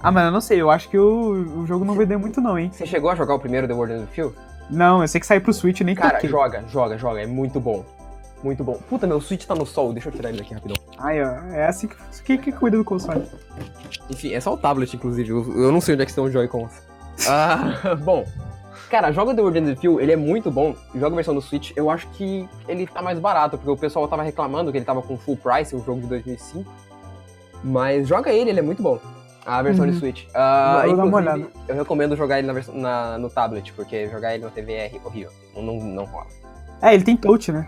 S3: Ah, mano, eu não sei, eu acho que o, o jogo não vendeu muito não, hein?
S1: Você chegou a jogar o primeiro The World Ends With You?
S3: Não, eu sei que saiu pro Switch, nem
S1: Cara,
S3: toquei.
S1: joga, joga, joga, é muito bom. Muito bom. Puta, meu Switch tá no sol, deixa eu tirar ele daqui rapidão.
S3: Aí, ó, é assim que, que, que cuida do console.
S1: Enfim, é só o tablet, inclusive, eu, eu não sei onde é que estão os Joy-Cons. Ah, [LAUGHS] bom. Cara, joga The World Ends With You, ele é muito bom. Joga a versão do Switch, eu acho que ele tá mais barato, porque o pessoal tava reclamando que ele tava com full price, um jogo de 2005. Mas joga ele, ele é muito bom. A versão
S3: Uhum.
S1: de Switch. Ah,
S3: Vou dar uma
S1: inclusive,
S3: olhada.
S1: Eu recomendo jogar ele na versão, na- no tablet, porque jogar ele na TV é horrível. Não, não, não rola.
S3: É, ele tem touch, né?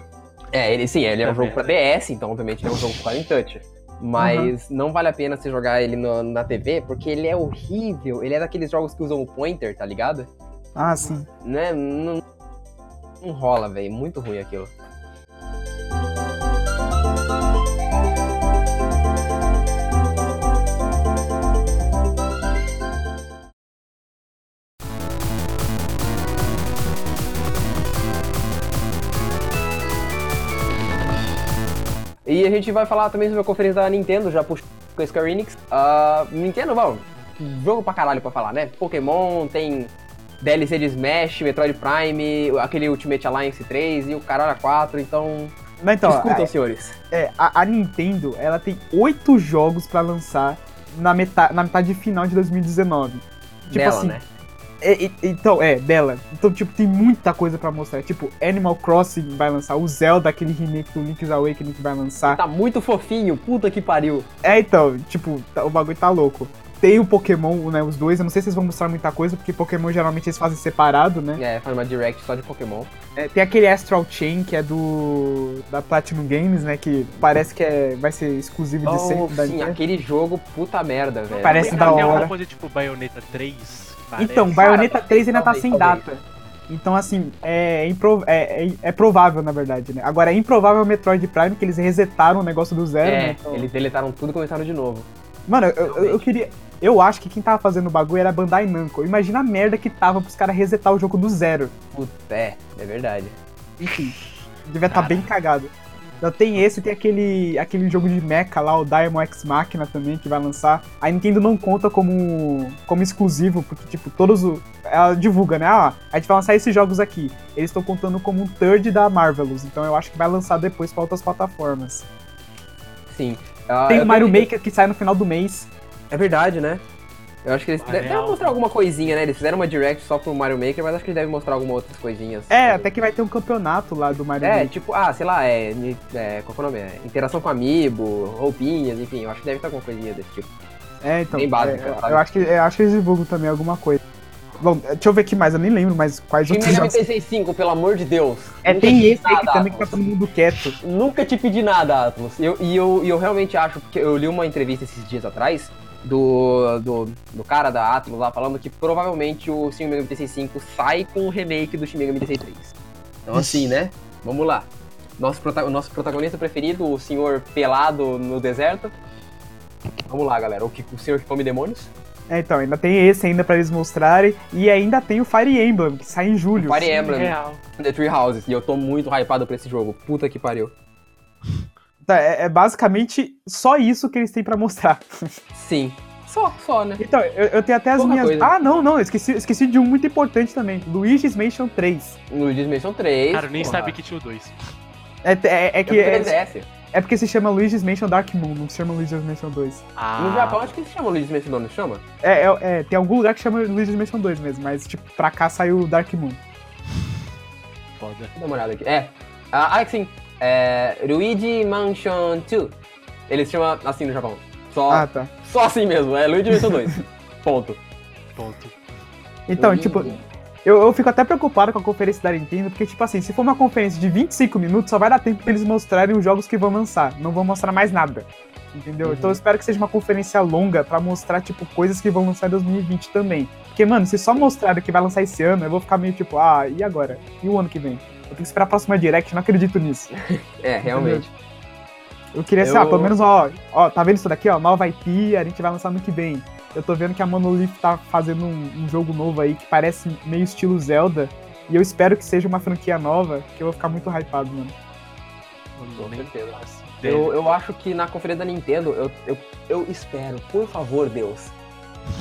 S1: É, ele sim, ele é um
S2: Tá
S1: jogo pra DS, então obviamente ele é um jogo para em touch. Mas não vale a pena você jogar ele no- na TV, porque ele é horrível. Ele é daqueles jogos que usam o pointer, tá ligado?
S3: Ah, sim.
S1: né? Não, não rola, velho. Muito ruim aquilo. E a gente vai falar também sobre a conferência da Nintendo, já puxou com a Square Enix. Ah, Nintendo, bom, jogo pra caralho pra falar, né? Pokémon, tem DLC de Smash, Metroid Prime, aquele Ultimate Alliance 3 e o Caralho 4, então.
S3: Mas então,
S1: escutam,
S3: a,
S1: senhores.
S3: é, a- a Nintendo, ela tem oito jogos pra lançar na metade, na metade final de 2019. Tipo
S1: Dela,
S3: assim,
S1: né?
S3: é, e- então, é, dela. Então, tipo, tem muita coisa pra mostrar. Tipo, Animal Crossing vai lançar, o Zelda, aquele remake do Link's Awakening que vai lançar.
S1: Tá muito fofinho, puta que pariu.
S3: É, então, tipo, tá- o bagulho tá louco. Tem o Pokémon, né, os dois. Eu não sei se eles vão mostrar muita coisa, porque Pokémon geralmente eles fazem separado, né?
S1: É, faz uma direct só de Pokémon.
S3: É, tem aquele Astral Chain que é do da Platinum Games, né? Que parece que é, vai ser exclusivo de
S1: Oh,
S3: sempre da
S1: sim,
S3: Nintendo.
S1: aquele jogo, puta merda, velho.
S3: Parece
S2: Tem
S3: da
S2: até
S3: hora.
S2: uma coisa tipo Bayonetta 3. parece.
S1: é
S3: Então, Bayonetta 3 ainda tá
S1: talvez,
S3: sem
S1: talvez.
S3: data. Então, assim, é, impro- é, é- é provável, na verdade, né? Agora, é improvável o Metroid Prime, que eles resetaram o negócio do zero,
S1: É,
S3: né? Então-
S1: eles deletaram tudo e começaram de novo.
S3: Mano, eu- eu, eu
S1: Realmente.
S3: queria... Eu acho que quem tava fazendo o bagulho era a Bandai Namco. Imagina a merda que tava pros caras resetar o jogo do zero.
S1: Puta, é, é verdade.
S3: Enfim, devia estar bem cagado. Então, tem esse, tem aquele, aquele jogo de mecha lá, o Diamond X Machina também, que vai lançar. A Nintendo não conta como, como exclusivo, porque, tipo, todos o... Ela divulga, né? Ah, a gente vai lançar esses jogos aqui. Eles estão contando como um third da Marvelous, então eu acho que vai lançar depois pra outras plataformas.
S1: Sim. Ah,
S3: tem
S1: eu
S3: o Mario
S1: tenho-
S3: Maker que sai no final do mês.
S1: É verdade, né? Eu acho que eles
S2: Mas
S1: devem
S2: real.
S1: mostrar alguma coisinha, né? Eles fizeram uma direct só pro Mario Maker, mas acho que eles devem mostrar algumas outras coisinhas.
S3: É, até que vai ter um campeonato lá do Mario
S1: É,
S3: Maker.
S1: tipo, ah, sei lá, é, ni- é, qual que é o nome? É, interação com amiibo, roupinhas, enfim, eu acho que deve ter alguma coisinha desse tipo.
S3: É, então.
S1: Bem básica,
S3: é,
S1: sabe?
S3: eu, acho que, eu acho que eles divulgam também alguma coisa. Bom, deixa eu ver aqui mais, eu nem lembro mais quais
S1: Time
S3: outros jogos.
S1: 95, pelo amor de Deus.
S3: É,
S1: Nunca
S3: tem
S1: te
S3: esse aí
S1: pedi
S3: que
S1: nada,
S3: também que tá todo mundo quieto.
S1: Atlas. Nunca te pedi nada, Atlas. Eu, e, eu, e eu realmente acho, porque eu li uma entrevista esses dias atrás do, do, do cara da Atlas lá falando que provavelmente o Shin Megami Tensei 5 sai com o remake do Shin Megami Tensei 3. Então assim, né? Vamos lá. Nosso, prota- o nosso protagonista preferido, o senhor pelado no deserto. Vamos lá, galera. O, que, o senhor que come demônios.
S3: É, então, ainda tem esse ainda pra eles mostrarem. E ainda tem o Fire Emblem, que sai em julho.
S1: Fire Emblem.
S2: Real.
S1: The Three Houses. E eu tô muito hypado pra esse jogo. Puta que pariu.
S3: Tá, é, é basicamente só isso que eles têm pra mostrar.
S1: Sim. Só, só, né?
S3: Então, eu, eu tenho até as
S1: Pouca
S3: minhas.
S1: coisa.
S3: Ah, não, não, eu esqueci, eu esqueci de um muito importante também: Luigi's Mansion 3.
S1: No Dimension 3.
S2: Cara, eu nem
S1: porra.
S2: sabia que tinha o 2.
S3: É, é, é
S1: É
S3: que
S1: o
S3: é,
S1: 3DS.
S3: é porque se chama Luigi's Mansion Dark Moon, não se chama Luigi's Mansion 2.
S2: Ah,
S1: No Japão, acho que eles chamam Luigi's Mansion, não chama?
S3: É, é, é, tem algum lugar que chama Luigi's Mansion 2 mesmo, mas tipo, pra cá saiu Dark Moon.
S2: foda.
S1: Dá uma olhada aqui. É. Ah, ah, sim. É. Luigi Mansion 2. Eles chamam assim no Japão. Só,
S3: Ah, tá.
S1: só assim mesmo. É Luigi Mansion
S3: [LAUGHS]
S1: 2. Ponto.
S2: Ponto.
S3: Então,
S1: Luigi.
S3: tipo, eu, eu fico até preocupado com a conferência da Nintendo, porque, tipo assim, se for uma conferência de 25 minutos, só vai dar tempo pra eles mostrarem os jogos que vão lançar. Não vão mostrar mais nada. Entendeu?
S1: Uhum.
S3: Então eu espero que seja uma conferência longa pra mostrar, tipo, coisas que vão lançar em 2020 também. Porque, mano, se só mostrar o que vai lançar esse ano, eu vou ficar meio tipo, ah, e agora? E o ano que vem? Eu tenho que esperar a próxima Direct, não acredito nisso.
S1: É, realmente.
S3: Eu queria, sei
S1: Eu-
S3: lá, pelo menos, ó, ó, tá vendo isso daqui, ó? Nova IP, a gente vai lançar ano que vem. Eu tô vendo que a Monolith tá fazendo um, um jogo novo aí que parece meio estilo Zelda. E eu espero que seja uma franquia nova, que eu vou ficar muito hypado, mano.
S1: Com
S2: Nem
S1: certeza.
S2: faço ideia.
S1: Eu, eu acho que na conferência da Nintendo, eu, eu, eu espero, por favor, Deus,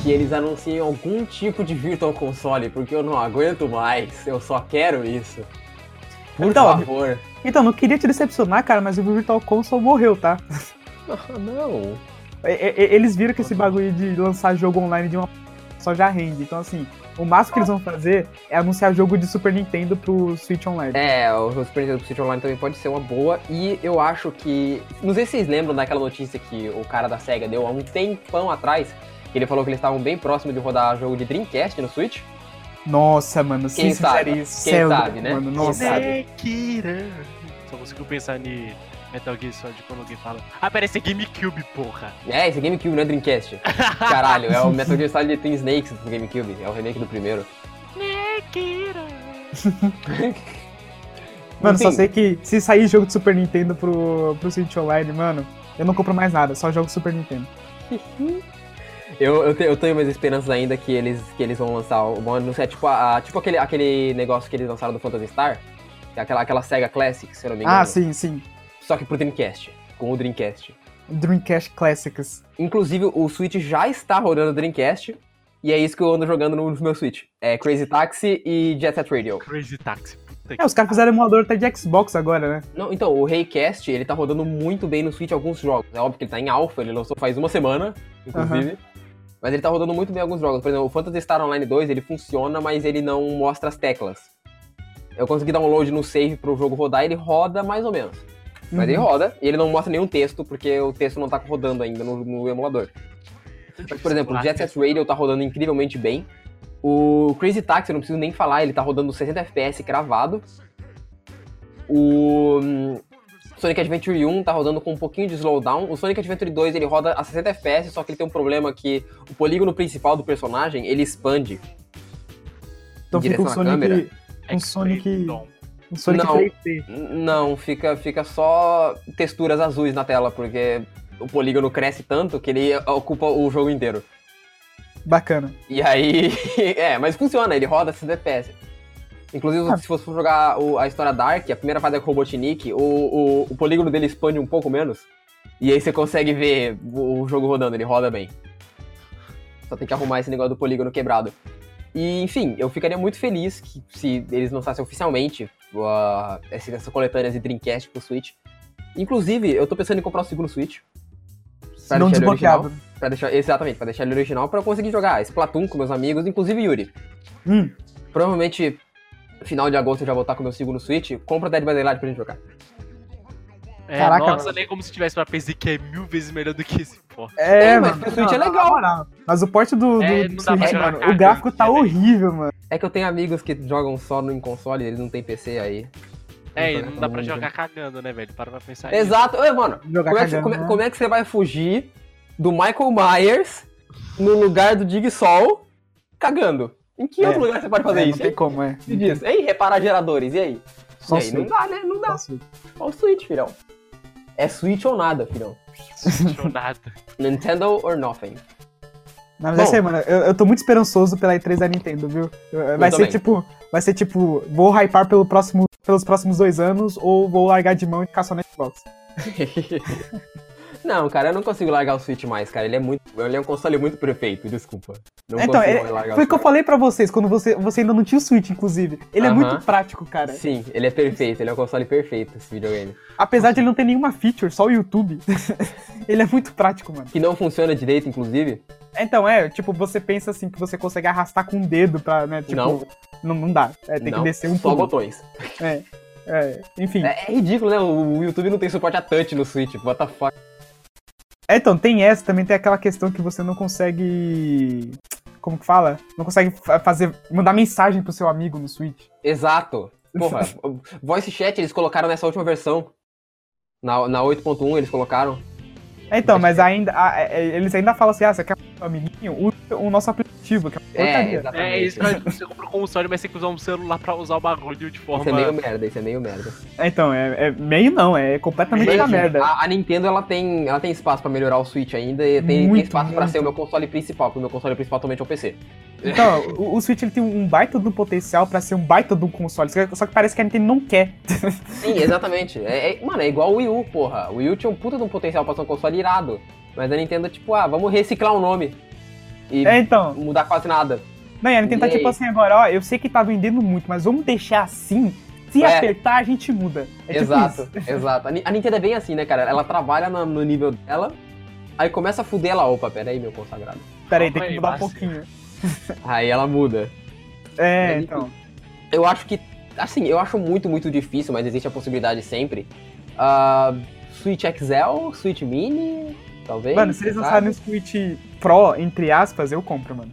S1: que eles anunciem algum tipo de Virtual Console, porque eu não aguento mais. Eu só quero isso. Por
S3: Então, [LAUGHS]
S1: favor.
S3: Então, não queria te decepcionar, cara, mas o Virtual Console morreu, tá?
S1: Não, não.
S3: E- e- e- Eles viram que esse bagulho de lançar jogo online de uma só já rende. Então, assim, o máximo que eles vão fazer é anunciar jogo de Super Nintendo pro Switch Online.
S1: É, o Super Nintendo Switch Online também pode ser uma boa. E eu acho que. Não sei se vocês lembram daquela notícia que o cara da SEGA deu há um tempão atrás. que Ele falou que eles estavam bem próximos de rodar jogo de Dreamcast no Switch.
S3: Nossa, mano, se
S1: Quem
S3: fizer
S1: sabe?
S3: isso,
S1: Quem
S3: Zelda,
S1: sabe, né?
S3: mano,
S1: Quem
S3: nossa.
S1: sabe?
S2: Sekira. Só consigo pensar em Metal Gear Solid quando alguém fala. Ah, pera, esse é GameCube, porra.
S1: É, esse é GameCube, não é
S3: [LAUGHS]
S1: Dreamcast. Caralho, é o Metal Gear Solid Twin Snakes do GameCube. É o remake do primeiro.
S2: É Sekira.
S3: Mano, só
S1: Enfim.
S3: sei que se sair jogo de Super Nintendo pro, pro Switch Online, mano, eu não compro mais nada, só jogo Super Nintendo.
S1: Eu, eu, te- eu tenho minhas esperanças ainda que eles, que eles vão lançar. o- Vão anunciar, tipo, a, a- tipo aquele, aquele negócio que eles lançaram do Phantasy Star. que é Aquela, aquela SEGA Classic, se eu não me engano.
S3: Ah, sim, sim.
S1: Só que pro Dreamcast. Com o Dreamcast.
S3: Dreamcast Classics.
S1: Inclusive, o Switch já está rodando o Dreamcast. E é isso que eu ando jogando no meu Switch. É Crazy Taxi e Jet Set Radio.
S2: Crazy Taxi. Puta
S3: É, os caras fizeram emulador até de Xbox agora, né?
S1: Não, então, o Raycast, ele tá rodando muito bem no Switch alguns jogos. É óbvio que ele tá em alpha, ele lançou faz uma semana, inclusive. Mas ele tá rodando muito bem alguns jogos. Por exemplo, o Phantasy Star Online 2, ele funciona, mas ele não mostra as teclas. Eu consegui download no save pro jogo rodar, ele roda mais ou menos. Mas ele
S3: Uhum.
S1: roda, e ele não mostra nenhum texto, porque o texto não tá rodando ainda no, no emulador. Mas, por exemplo, o Jet Set Radio tá rodando incrivelmente bem. O Crazy Taxi, eu não preciso nem falar, ele tá rodando 60 FPS cravado. O hum, Sonic Adventure 1 tá rodando com um pouquinho de slowdown. O Sonic Adventure 2 ele roda a 60 FPS, só que ele tem um problema que o polígono principal do personagem ele expande.
S3: Então
S1: Em
S3: fica um
S1: direção à câmera?
S3: Sonic, um Sonic-
S2: Dom.
S3: um Sonic
S1: Não.
S3: 3D.
S1: N- Não, fica, fica só texturas azuis na tela, porque o polígono cresce tanto que ele ocupa o jogo inteiro.
S3: Bacana.
S1: E aí. [LAUGHS] é, mas funciona, ele roda 60 FPS. Inclusive,
S3: Ah.
S1: se você for jogar o- a história Dark, a primeira fase é com o Robotnik, o, o, o polígono dele expande um pouco menos. E aí você consegue ver o, o jogo rodando, ele roda bem. Só tem que arrumar esse negócio do polígono quebrado. E, enfim, eu ficaria muito feliz que, se eles lançassem oficialmente uh, essa, essa coletânea de Dreamcast pro Switch. Inclusive, eu tô pensando em comprar o segundo Switch. Pra
S3: não
S1: deixar ele
S3: desbloqueado.
S1: é original, pra deixar, exatamente, pra deixar ele original pra eu conseguir jogar Splatoon com meus amigos, inclusive Yuri.
S3: Hum.
S1: Provavelmente, final de agosto eu já vou estar com o meu segundo Switch. Compra Dead by Daylight pra gente jogar.
S2: É,
S3: Caraca,
S2: nossa,
S3: mano.
S2: nem como se tivesse pra PC que é mil vezes melhor do que esse, pô.
S3: É,
S1: Ei, mas pro Switch é
S3: na
S1: legal.
S3: moral. Mas o porte do, do,
S2: É,
S3: do
S2: não dá pra
S3: Switch,
S1: jogar
S3: mano,
S2: caro,
S3: o gráfico tá
S2: né, velho?
S3: horrível, mano.
S1: É que eu tenho amigos que jogam só no em console e eles não têm PC aí.
S2: É, e
S1: jogar
S2: não dá
S1: todo
S2: pra
S1: mundo
S2: jogar cagando, né, velho? Para pra pensar nisso.
S1: Exato. Ei, mano,
S3: Jogar
S1: como é, que,
S3: cagando,
S1: como é-
S3: né?
S1: como é que você vai fugir do Michael Myers no lugar do Dig Sol cagando? Em que
S3: É.
S1: outro lugar você pode fazer
S3: É,
S1: isso?
S3: Não tem como, é.
S1: Me diz, ei, reparar geradores, e aí?
S3: Só
S1: e
S3: o
S1: aí, não
S3: Switch.
S1: dá, né? Não
S3: só
S1: dá.
S3: o Switch.
S1: Olha o Switch, filhão. É Switch ou nada, filhão.
S2: Não nada.
S1: Nintendo or nothing.
S3: Não, mas
S1: Bom.
S3: é isso aí, mano. Eu, eu tô muito esperançoso pela E3 da Nintendo, viu? Vai ser
S1: também.
S3: tipo. Vai ser tipo, vou hypar pelo próximo, pelos próximos dois anos ou vou largar de mão e ficar só no Xbox.
S1: [LAUGHS] não, cara, eu não consigo largar o Switch mais, cara. Ele é muito. Ele é um console muito perfeito, desculpa. Não
S3: então,
S1: consigo
S3: é-
S1: mais largar
S3: foi
S1: o
S3: o que eu falei pra vocês, quando você, você ainda não tinha o Switch, inclusive. Ele é
S1: Aham.
S3: muito prático, cara.
S1: Sim, ele é perfeito, ele é um console perfeito, esse videogame.
S3: Apesar de ele não ter nenhuma feature, só o YouTube. [LAUGHS] ele é muito prático, mano.
S1: Que não funciona direito, inclusive.
S3: Então, é, tipo, você pensa assim que você consegue arrastar com o dedo pra, né? Tipo,
S1: Não.
S3: não, não dá. É, tem
S1: não,
S3: que descer um
S1: Só
S3: pouco.
S1: botões.
S3: É, enfim.
S1: É,
S3: É.
S1: é ridículo, né? O o YouTube não tem suporte a touch no Switch. What the fuck?
S3: então, tem essa, também tem aquela questão que você não consegue. Como que fala? Não consegue fa- fazer. mandar mensagem pro seu amigo no Switch.
S1: Exato.
S3: [LAUGHS]
S1: Porra, o voice chat eles colocaram nessa última versão. Na, na 8.1 eles colocaram.
S3: É, então, mas ainda. a- é, é, eles ainda falam assim, ah, você quer um amiguinho? Usa o nosso aplicativo, que é uma
S1: É,
S3: porcaria.
S1: exatamente.
S2: É isso, cara, você compra o console, mas tem que usar um celular pra usar o bagulho de forma.
S1: Isso é meio merda, isso é meio merda.
S3: É, então, é, é meio não, é completamente
S2: Meio
S3: uma
S1: Mas,
S3: merda.
S1: A, a Nintendo ela tem, ela tem espaço pra melhorar o Switch ainda e tem, tem
S3: Muito,
S1: espaço pra
S3: muito.
S1: ser o meu console principal, porque o meu console principal atualmente é o PC.
S3: Então, o, o Switch ele tem um baita do potencial pra ser um baita do console, só que- só que parece que a Nintendo não quer.
S1: Sim, exatamente. É, é- mano, é igual o Wii U, porra. O Wii U tinha um puta de um potencial pra ser um console irado. Mas a Nintendo, tipo, ah, vamos reciclar o nome. E
S3: É, então.
S1: mudar quase nada.
S3: Não, e a Nintendo tá
S1: E aí?
S3: tipo assim agora, ó, eu sei que tá vendendo muito, mas vamos deixar assim. Se
S1: É.
S3: apertar, a gente muda. É tipo
S1: exato,
S3: isso.
S1: exato. A Ni- A Nintendo é bem assim, né, cara? Ela trabalha na- no nível dela, aí começa a fuder ela, opa, pera aí, meu consagrado.
S3: Pera aí,
S2: Calma
S3: tem que
S2: aí,
S3: mudar um
S2: Márcio.
S3: pouquinho.
S1: Aí ela muda.
S3: É,
S1: Aí,
S3: então.
S1: Eu acho que, assim, eu acho muito, muito difícil, mas existe a possibilidade sempre. Ah, Switch XL, Switch Mini, talvez.
S3: Mano, se eles
S1: sabe?
S3: lançarem o Switch Pro, entre aspas, eu compro, mano.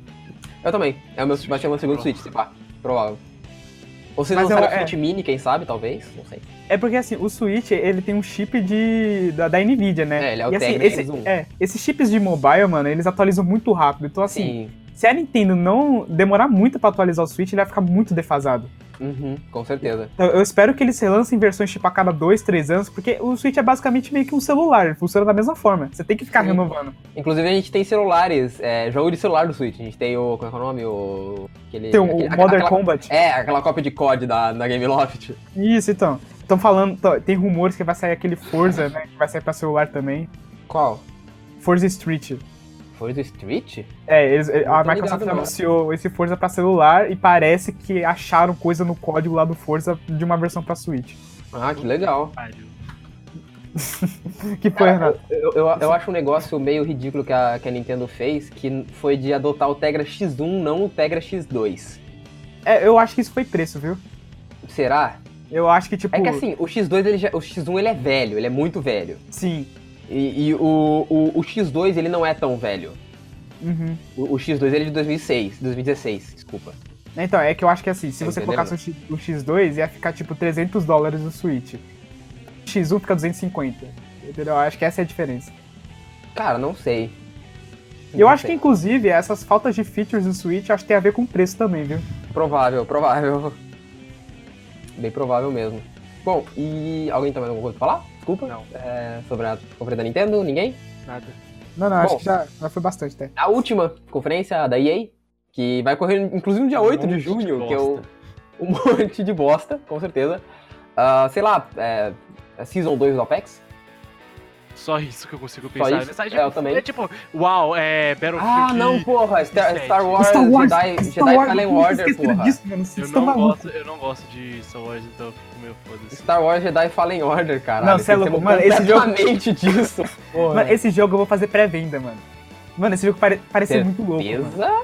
S1: Eu também. É o meu, vai ser o meu segundo Switch, se pá. Provável. Ou se
S3: Mas
S1: lançarem o
S3: eu- é.
S1: Switch Mini, quem sabe, talvez. Não sei.
S3: É porque assim, o Switch, ele tem um chip de da, da Nvidia, né?
S1: É, ele é o
S3: e, assim,
S1: Tegra
S3: esse-
S1: X1.
S3: é, esses chips de mobile, mano, eles atualizam muito rápido. Então assim,
S1: Sim.
S3: se a Nintendo não demorar muito pra atualizar o Switch, ele vai ficar muito defasado.
S1: Uhum, com certeza.
S3: Então, eu espero que eles relancem versões tipo a cada dois, três anos, porque o Switch é basicamente meio que um celular, ele funciona da mesma forma. Você tem que ficar
S1: Sim.
S3: renovando.
S1: Inclusive a gente tem celulares, é, jogo de celular do Switch. A gente tem o. Como é que é o nome? O. Aquele,
S3: Tem o
S1: é aquele-
S3: o Modern
S1: aquela-
S3: Combat.
S1: É, aquela cópia de COD da, da Gameloft.
S3: Isso, então. Estão falando, tão- tem rumores que vai sair aquele Forza, né? Que vai sair pra celular também.
S1: Qual?
S3: Forza Street.
S1: Forza Street?
S3: É, eles- a
S1: tô
S3: Microsoft
S1: ligado, né? não.
S3: anunciou esse Forza pra celular e parece que acharam coisa no código lá do Forza de uma versão pra Switch.
S1: Ah, que legal.
S2: Caralho.
S3: Que foi, Renato?
S1: É, Eu, eu, eu acho um negócio meio ridículo que a, que a Nintendo fez, que foi de adotar o Tegra X1, não o Tegra X2.
S3: É, eu acho que isso foi preço, viu?
S1: Será?
S3: Eu acho que, tipo.
S1: É que assim, o X2, ele já, o X1 ele é velho, ele é muito velho.
S3: Sim.
S1: E, e o, o, o X2 ele não é tão velho.
S3: Uhum.
S1: O, o X2 ele é de 2006, 2016, desculpa.
S3: Então, é que eu acho que assim, se
S1: Tá
S3: você
S1: entendendo?
S3: colocasse o, X, o X2, ia ficar tipo 300 dólares o Switch. O X1 fica 250. Entendeu? Eu acho que essa é a diferença.
S1: Cara, não sei.
S3: E eu
S1: Não
S3: acho que,
S1: sei.
S3: inclusive, essas faltas de features do Switch acho que tem a ver com o preço também, viu?
S1: Provável, provável. Bem provável mesmo. Bom, e alguém tem mais alguma coisa pra falar? Desculpa.
S2: Não.
S1: É, sobre a conferência da Nintendo, ninguém?
S2: Nada.
S3: Não, não, acho
S1: Bom.
S3: que já, já foi bastante até.
S1: A última conferência da EA, que vai correr inclusive no dia 8 de
S2: monte de
S1: junho, que é o,
S2: bosta.
S1: um [LAUGHS] monte de bosta, com certeza. Ah, sei lá, é, é Season 2 do Apex.
S2: Só isso que eu consigo pensar.
S1: isso?
S2: Mensagem-
S1: É, eu também.
S2: É tipo, uau, é Battlefield.
S1: Ah, não, porra! Star,
S2: Sete.
S1: Star Wars,
S3: Star Wars,
S1: Jedi,
S3: Star
S1: Jedi
S3: Wars,
S1: Fallen
S3: eu nunca
S1: Order,
S3: esqueceria
S1: porra.
S3: disso, mano. Vocês
S2: Eu
S3: estão
S2: não,
S3: malucos.
S2: gosto, eu não gosto de Star Wars, então eu fico meio foda-se.
S1: Star Wars, Jedi Fallen Order, cara.
S3: Não, cê é louco, mano, esse jogo-
S1: completamente [LAUGHS] disso. Porra.
S3: Mano, esse jogo eu vou fazer pré-venda, mano. Mano, esse jogo pare... parece muito louco. Mano.
S1: Beleza?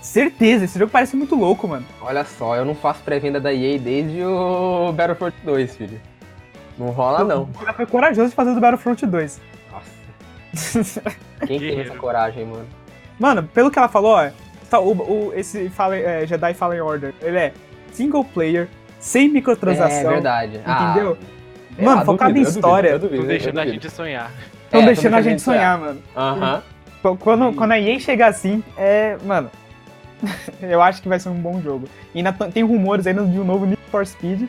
S3: Certeza, esse jogo parece muito louco, mano.
S1: Olha só, eu não faço pré-venda da EA desde o Battlefield 2, filho. Não rola, Ah, não.
S3: O cara foi corajoso de fazer do Battlefront 2.
S1: Nossa, quem tem essa
S2: Guerreiro.
S1: coragem, mano?
S3: [LAUGHS] Mano, pelo que ela falou, ó, tá- o, o- esse Fallen- é, Jedi Fallen Order, ele é single player, sem
S1: É
S3: microtransação.
S1: verdade.
S3: entendeu?
S1: Ah,
S3: Mano,
S1: ah,
S3: focado em
S1: duvido, eu
S3: história.
S1: duvido, eu duvido,
S2: Tô
S1: eu
S2: deixando a
S1: duvido. Uhum.
S2: gente sonhar.
S3: Estão
S1: É,
S3: deixando a gente sonhar, mano.
S1: Aham.
S3: Então, Quando, quando a EA chegar assim, é. Mano. [LAUGHS] eu acho que vai ser um bom jogo. E ainda t- tem rumores ainda de um novo Need for Speed.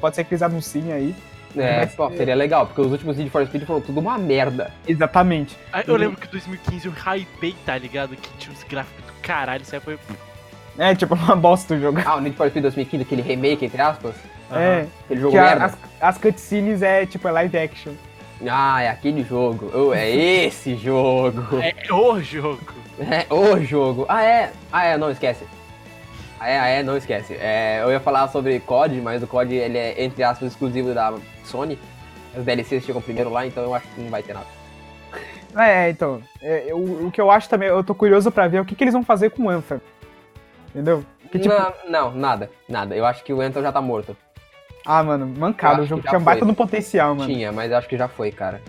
S3: Pode ser que eles anunciem aí.
S1: É,
S3: Mas-
S1: pô, seria legal, porque os últimos Need for Speed foram tudo uma merda.
S3: Exatamente.
S2: Ah,
S1: Uhum.
S2: Eu lembro que em 2015 eu hypei, tá ligado? Que tinha uns gráficos do caralho, isso aí foi.
S3: É, tipo, [LAUGHS] uma bosta do jogo.
S1: Ah, o Need for Speed 2015, aquele remake, entre aspas,
S3: É.
S1: aquele jogo
S3: Que a-
S1: merda.
S3: as, as cutscenes é, tipo, é live action.
S1: Ah, é aquele jogo. Oh, é esse jogo.
S2: É o jogo.
S1: É o jogo. Ah, é. Ah, é, não esquece. Ah, é, ah, é, não esquece. É, eu ia falar sobre COD, mas o COD ele é, entre aspas, exclusivo da Sony. As DLCs chegam primeiro lá, então eu acho que não vai ter nada.
S3: É, então. é, eu- o que eu acho também, eu tô curioso pra ver o que, que eles vão fazer com o Anthem. Entendeu? Que, tipo,
S1: Não, não, nada, nada. Eu acho que o Anthem já tá morto.
S3: ah, mano,
S1: Eu
S3: mancado. O
S1: acho
S3: jogo
S1: que já
S3: tinha um baita
S1: foi.
S3: no potencial, mano.
S1: Tinha, mas eu acho que já foi, cara.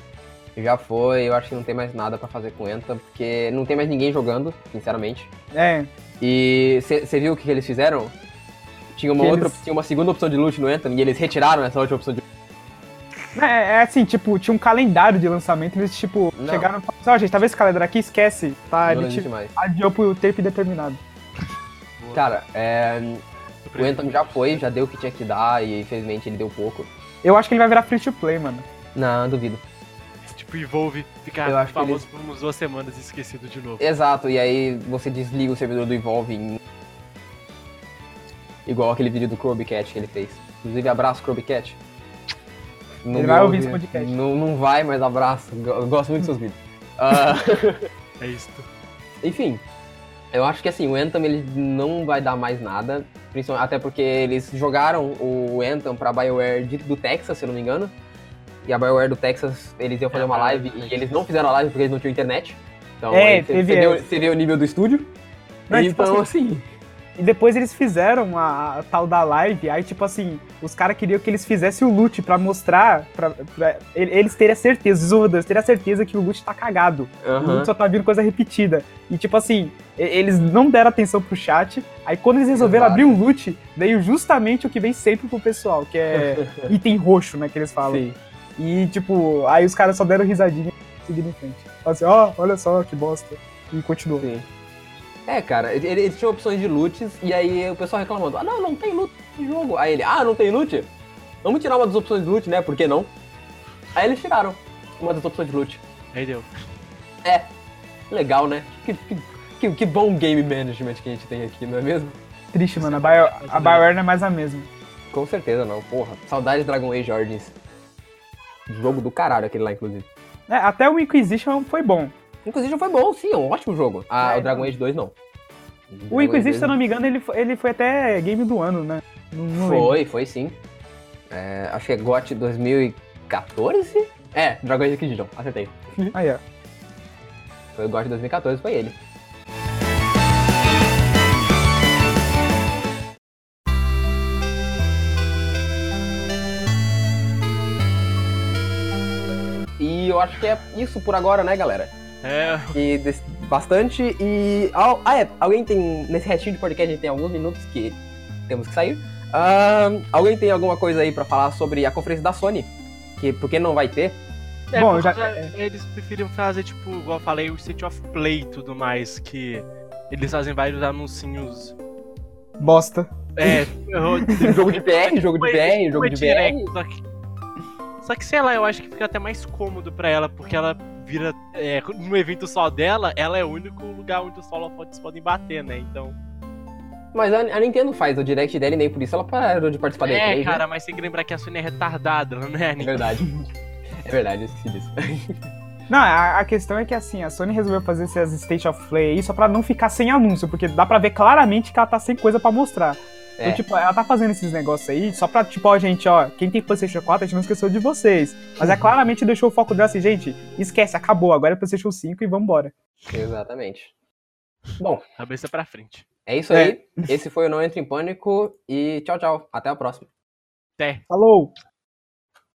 S1: Já foi, eu acho que não tem mais nada pra fazer com o Anthem, porque não tem mais ninguém jogando, sinceramente.
S3: É.
S1: E você viu o que, que eles fizeram? Tinha uma,
S3: Que
S1: outra,
S3: eles-
S1: tinha uma segunda opção de loot no Anthem e eles retiraram essa última opção de
S3: É, é assim, tipo, tinha um calendário de lançamento, eles, tipo,
S1: Não.
S3: chegaram e falaram assim, ó, gente, tá vendo esse calendário aqui? Esquece, tá?
S1: não
S3: Ele te
S1: existe mais.
S3: adiou pro tempo indeterminado.
S1: Cara, é,
S2: Eu
S1: o
S2: prefiro-
S1: Anthem já foi, já deu o que tinha que dar e infelizmente ele deu pouco.
S3: Eu acho que ele vai virar free to play, mano.
S1: Não, duvido.
S2: Tipo, envolve
S1: Eu
S2: ficar
S1: acho que
S2: famoso por umas duas semanas e esquecido de novo.
S1: Exato, e aí você desliga o servidor do Evolve em... Igual aquele vídeo do Kirby Cat que ele fez. Inclusive, abraço, Kirby Cat. Não
S3: Ele
S1: me
S3: vai
S1: ouve-
S3: ouvir esse podcast.
S1: Não, não vai, mas abraço. Go- Eu gosto muito dos seus vídeos. Ah,
S2: É isto.
S1: enfim, eu acho que assim, o Anthem ele não vai dar mais nada. principalmente- Até porque eles jogaram o Anthem pra BioWare de- do Texas, se eu não me engano. E a BioWare do Texas, eles iam fazer
S2: É,
S1: uma
S2: a BioWare
S1: live
S2: do
S1: e
S2: Texas.
S1: eles não fizeram a live porque eles não tinham internet. Então,
S3: É,
S1: aí você-
S3: teve
S1: você, vê,
S3: essa.
S1: você vê o nível do estúdio.
S3: Não, é tipo
S1: então, assim,
S3: E depois eles fizeram a, a tal da live, aí, tipo assim, os caras queriam que eles fizessem o loot pra mostrar, pra, pra- ele- eles terem a certeza, os desenvolvedores terem a certeza que o loot tá cagado. O
S1: assim, aham.
S3: loot só tá vindo coisa repetida. E, tipo assim, e- eles não deram atenção pro chat, aí quando eles resolveram
S1: Exato.
S3: abrir um loot, veio justamente o que vem sempre pro pessoal,
S1: [LAUGHS]
S3: que é item roxo, né, que eles falam.
S1: Sim.
S3: E, tipo, aí os caras só deram risadinha e seguiram em frente. Falaram assim, ó, olha só que bosta. E continuou.
S1: Sim. É, cara, ele- ele- eles tinham opções de loots e aí o pessoal reclamando, ah, não, não tem loot no jogo. Aí ele, ah, não tem loot? Vamos tirar uma das opções de loot, né? Por que não? Aí eles tiraram uma das opções de loot.
S2: Aí deu.
S1: Legal, né? Que, que, que- que bom game management que a gente tem aqui, não é mesmo?
S3: Triste, mano. A, Bio, a Bioware não é mais a mesma.
S1: Com certeza não, porra. Saudades de Dragon Age Origins. Jogo do caralho aquele lá, inclusive.
S3: É, até o Inquisition foi bom.
S1: Inclusive foi bom, sim, é um ótimo jogo. Ah,
S3: É,
S1: o Dragon
S3: não.
S1: Age 2 não.
S3: O
S1: Dragon Age
S3: Inquisition,
S1: 2
S3: se eu não me engano, ele, fo- ele foi até game do ano, né? Não, não lembro.
S1: Foi, foi sim. É, acho que é GOT 2014? É, Dragon Age Kingdom, acertei.
S3: Aí, ó.
S1: Foi o GOT 2014, foi ele. E eu acho que é isso por agora, né, galera?
S2: É,
S1: E des- bastante e. al- Ah, é. Alguém tem. Nesse restinho de podcast a gente tem alguns minutos que temos que sair. Ahn, alguém tem alguma coisa aí pra falar sobre a conferência da Sony? Que, porque não vai ter? [LAUGHS]
S2: É,
S3: Bom,
S2: por
S3: já-
S2: causa- eles preferiam fazer, tipo, igual eu falei, o State of Play e tudo mais, que eles fazem vários anuncinhos.
S3: Bosta.
S2: [LAUGHS] É, tipo, eu-
S1: jogo de PR, jogo de
S2: Foi-
S1: PR, jogo
S2: foi
S1: de
S2: é direto,
S1: PR.
S2: Só que, só que, sei lá, eu acho que fica até mais cômodo pra ela, porque ela vira. É, num evento só dela, ela é o único lugar onde os holofotes podem bater, né? Então.
S1: Mas a, a Nintendo faz o direct dela e nem por isso ela parou de participar da
S2: é,
S1: E3, né?
S2: cara, mas tem que lembrar que a Sony é retardada, ela não é a
S1: É
S2: Nintendo.
S1: verdade. É verdade, eu esqueci disso. [LAUGHS]
S3: Não, a, a questão é que assim, a Sony resolveu fazer essas State of Play aí só pra não ficar sem anúncio, porque dá pra ver claramente que ela tá sem coisa pra mostrar.
S1: É.
S3: Então, tipo, ela tá fazendo esses negócios aí só pra, tipo, ó, gente, ó, quem tem PlayStation 4, a gente não esqueceu de vocês. Mas ela claramente deixou o foco dela assim, gente, esquece, acabou, agora é PlayStation 5 e vambora.
S1: Exatamente. Bom,
S2: Cabeça pra frente.
S1: é isso
S3: É.
S1: aí. Esse foi o Não Entra em Pânico e tchau, tchau. Até a próxima.
S2: Até.
S3: Falou!